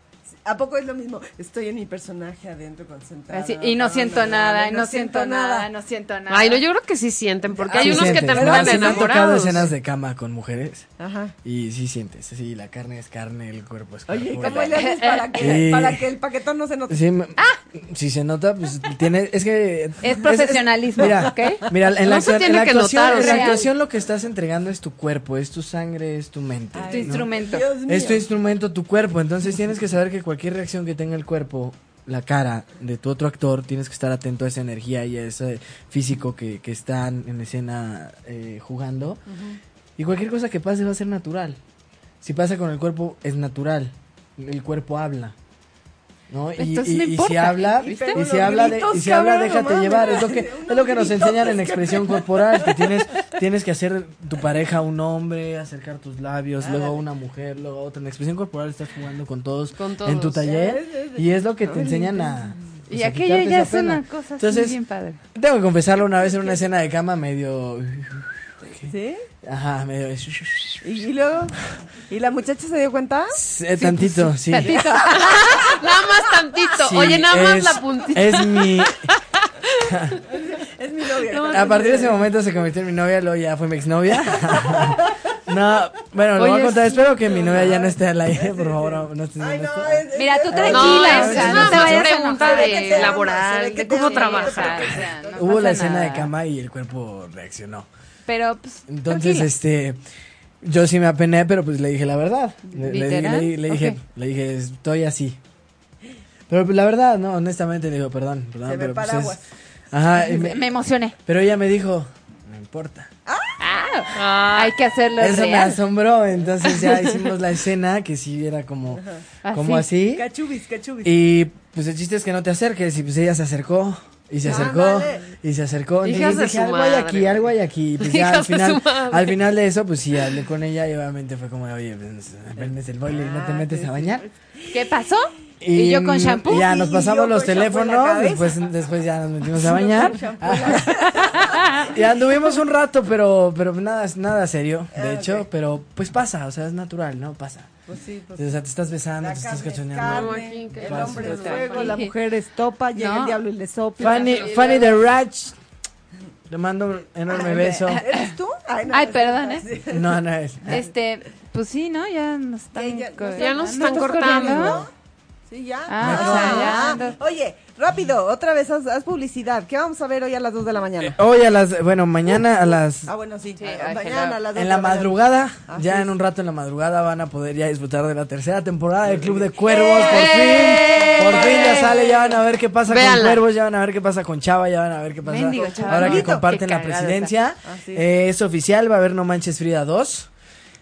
¿A poco es lo mismo? Estoy en mi personaje adentro concentrada. Así, y no siento nada, y no siento nada, no siento nada. Ay, no, yo creo que sí sienten, porque Ah, Sí hay unos que sientes, terminan ¿verdad? Sí me han tocado enamorados. escenas de cama con mujeres Ajá. y sí sientes, sí, la carne es carne, el cuerpo es cuerpo. Oye, ¿y y ¿cómo la- le haces para que, Sí. para que el paquetón no se note? Sí, me- Ah. Si se nota, pues tiene. Es que. profesionalismo, mira, ¿ok? Mira, en la, No se actua- en tiene la que actuación, notar, o en la sea. actuación lo que estás entregando es tu cuerpo, es tu sangre, es tu mente. Tu ¿no? instrumento. Dios mío. Es tu instrumento, tu cuerpo. Entonces tienes que saber que cualquier reacción que tenga el cuerpo, la cara de tu otro actor, tienes que estar atento a esa energía y a ese físico que, que están en escena eh, jugando. Y cualquier cosa que pase va a ser natural. Si pasa con el cuerpo, es natural. El cuerpo habla. ¿no? Y, Entonces, y- no y si importa, habla, ¿viste? y Unos si habla, de- y gritos, si habla, cabrón, no déjate mames. llevar. Es lo que, es lo que nos Unos enseñan gritotes, en qué expresión corporal, que tienes, tienes que hacer tu pareja un hombre, acercar tus labios, luego una mujer, luego otra. En expresión corporal estás jugando con todos, Con en tu todos. taller Ya, ya, ya. y es lo que te enseñan a... pues, Y a aquello quitarte ya esa es pena. una cosa Entonces, así bien padre. tengo que confesarlo una vez en una escena de cama medio... ¿Sí? Ajá, medio... ¿Y, y luego? ¿Y la muchacha se dio cuenta? Eh, tantito, sí. Nada más tantito. Sí, Oye, nada más es- la puntita. Es mi... Es mi novia. A partir de ese momento se convirtió en mi novia, luego ya fue mi exnovia. no, bueno, lo voy Oye, a contar. Espero que mi novia ya no esté al aire, por favor. No estés Ay, viendo no, esto. es- es- Mira, tú es- No, tranquila, es o sea, una no te vayas a pregunta enojar. Se ve que te de ama, se laboral, ve que de te cómo ama, O sea, trabaja. o sea, no Hubo pasa la escena nada. de cama y el cuerpo reaccionó. Pero, pues, Entonces, tranquila. este, yo sí me apené, pero pues le dije la verdad. Le, le- ¿Literal? le- le dije, Ok. le dije, estoy así. Pero pues, la verdad, no, honestamente le digo, perdón, perdón, Se ve pero pues paraguas. es- Ajá, y me- me emocioné. pero ella me dijo, no importa. Ah, Hay que hacerlo Eso Ah, me real. asombró, entonces ya hicimos la escena que sí era como, Ajá. como así. Cachubis, cachubis. Y pues el chiste es que no te acerques y pues ella se acercó y se Ah, acercó vale. y se acercó. Entonces Hijas de dije, su algo hay madre, aquí, algo hay aquí. Y pues ya al Hijas de su final, madre. al final de eso, pues sí, hablé con ella y obviamente fue como, oye, pues, prendes el boiler y no te metes a bañar. ¿Qué pasó? Y, yo con mm, shampoo. Ya nos Y pasamos yo los con shampoo en la teléfonos, cabeza. después, después ya nos metimos a bañar. y anduvimos un rato, pero, pero nada, nada serio, Ah, de hecho, pero pues pasa, o sea, es natural, ¿no? Pasa. Pues sí, pues. O sea, te estás besando, La te estás carne es cachoneando. No, carne, aquí, el claro. hombre es Está fuego, bien. la mujer es topa, llega No. el diablo y le sopla. Fanny, Fanny de Ratch. Le mando un Ah, enorme beso. ¿Eres tú? no, Ay, no, perdón, no, ¿eh? sí. No, no es. Este, pues sí, ¿no? Ya nos están, Ya, ya, co- ya nos están estás cortando. corriendo. Sí, ya. Ah, Ah, o sea, ya. Oye, rápido, otra vez haz, haz publicidad. ¿Qué vamos a ver hoy a las 2 de la mañana? Hoy a las, bueno, mañana a las, Ah, bueno, sí. Ah, ay, mañana a las 2 en la mañana. madrugada, Así ya es. en un rato en la madrugada van a poder ya disfrutar de la tercera temporada del Club de Cuervos, por fin, por fin ya sale, ya van a ver qué pasa con Véanla. Cuervos, ya van a ver qué pasa con Chava, ya van a ver qué pasa Mendigo Chava, ahora que maldito. comparten Qué la cagada presidencia, Así es. Eh, es oficial, va a haber No Manches Frida 2,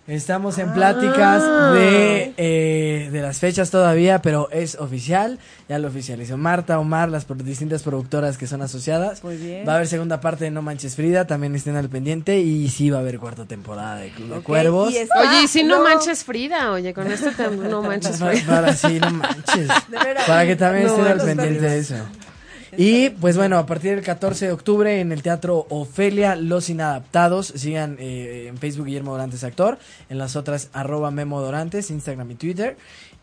Estamos en pláticas Ah. de, eh, de las fechas todavía, pero es oficial. Ya lo oficializó Marta, Omar, las pro- distintas productoras que son asociadas. Muy bien. Va a haber segunda parte de No Manches Frida, también estén al pendiente. Y sí va a haber cuarta temporada de Club de Ok, Cuervos. y está- Oye, y si no luego- manches Frida, oye, con este tam- no manches Para, Frida. para- sí, no manches. De veras. Para que también No, estén al los pendiente de eso. Y pues bueno, a partir del 14 de octubre en el Teatro Ofelia, Los Inadaptados, sigan eh, en Facebook Guillermo Dorantes Actor, en las otras arroba Memo Dorantes, Instagram y Twitter.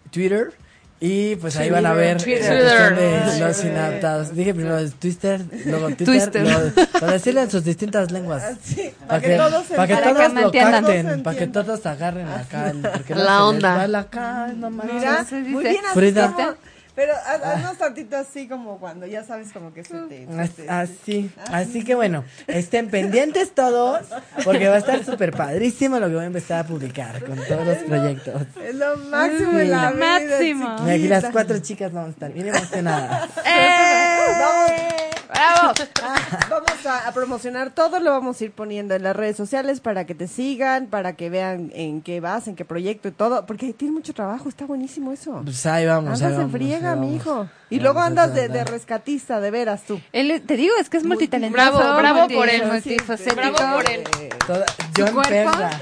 Twitter y pues ahí van a ver la Twitter. cuestión de Twitter. Los Inadaptados. Dije primero es Twitter, luego Twitter, Twister. luego- para decirle en sus distintas lenguas. Sí, Para que, todos, se para que entiendan. para que todos me lo entiendan. capten, Todos para que entiendan. todos agarren acá, el- porque La no se les onda. va la cara, no manches. Mira, se muy dice. bien, así Frida. como- Pero haz- haznos tantito así como cuando ya sabes como que se te... se As- te- Así, así que bueno, estén pendientes todos, porque va a estar súper padrísimo lo que voy a empezar a publicar con todos los proyectos. Es lo máximo en la Lo vida, máximo. Y aquí las cuatro chicas vamos a estar bien emocionadas. chiquita. Eh, Vamos. ¡Bravo! Ah, vamos a, a promocionar todo, lo vamos a ir poniendo en las redes sociales para que te sigan, para que vean en qué vas, en qué proyecto y todo, porque ahí tiene mucho trabajo, está buenísimo eso. Pues ahí vamos. ahí andas en vamos, friega, ahí mi vamos. hijo. Y Ahí luego vamos a andas de, de tratar. rescatista, de veras tú. Él es- te digo, es que es multitalentoso. Bravo, bravo multi- por él. multifacético. Bravo por él. Toda- John cuerpo? Perla.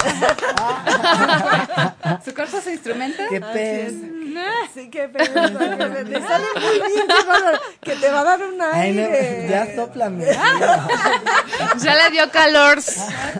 ¿Su cuerpo se instrumenta? Ah, Qué pez. Sí, qué pena. Le sale muy bien, qué bárbaro, que te va a dar un Ay, no, aire. Ah, ya soplame. Ya le dio calor.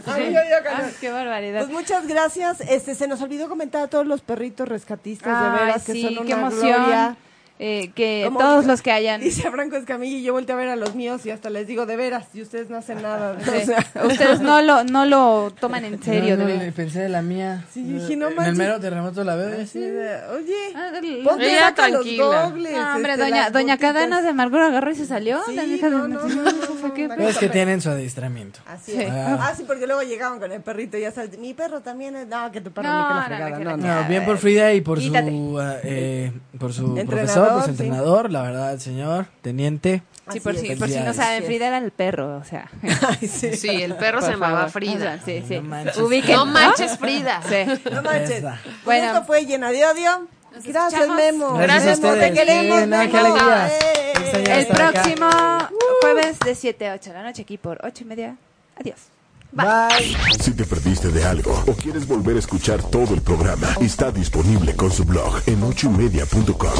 Ay, ay, ay, Ah, qué barbaridad. Pues muchas gracias. Este, se nos olvidó comentar a todos los perritos rescatistas, Pues de Ay, veras, que sí, son una qué emoción. gloria. Eh, que ¿Cómo todos dijo? los que hayan. eh, Dice Franco Escamilla y yo volteo a ver a los míos y hasta les digo, de veras, y ustedes no hacen nada. Sí. O sea, Ustedes no lo, no lo toman en serio. No, no, de le verdad. pensé de la mía. Sí, No, dije, no en el manches. mero terremoto la veo. así y así. de, oye, Ah, del- ponte Ella saca los tranquila. dobles, No, hombre, este, doña, las doña botitas. Cadenas de Amargura agarró y se salió. Sí, la hija de no, no, Martín. no, no, no, ¿Qué Pues, no, pedo? Pero es que tienen su adiestramiento. Así es. Sí. Ah. sí, porque luego llegaban con el perrito y ya sabes, mi perro también es, no, que tu perro No, ni que la no, no, fregada, que no, la- no. No, bien por Frida y por Quítate. su, ah, eh, por su Entrenador, profesor, por su sí. entrenador, la verdad, señor, teniente. Sí, Así por, es. si, por si no Felicidades. saben, Frida era el perro, o sea. Ay, sí. Sí, el perro por se llamaba favor. O sea, Frida. sí, sí. No manches. Ubiquen, No manches, Frida. Sí. No manches. Esa. Bueno. Bueno. Esto fue llena de odio. Gracias, escuchamos. Memo. Gracias a Memo, ustedes. Te queremos, Sí, no, qué Memo. alegría. Eh. Extrañaba El estar acá. próximo jueves de 7 a 8 de la noche aquí por 8 y media. Adiós. Bye. Si te perdiste de algo o quieres volver a escuchar todo el programa, está disponible con su blog en ochoymedia.com.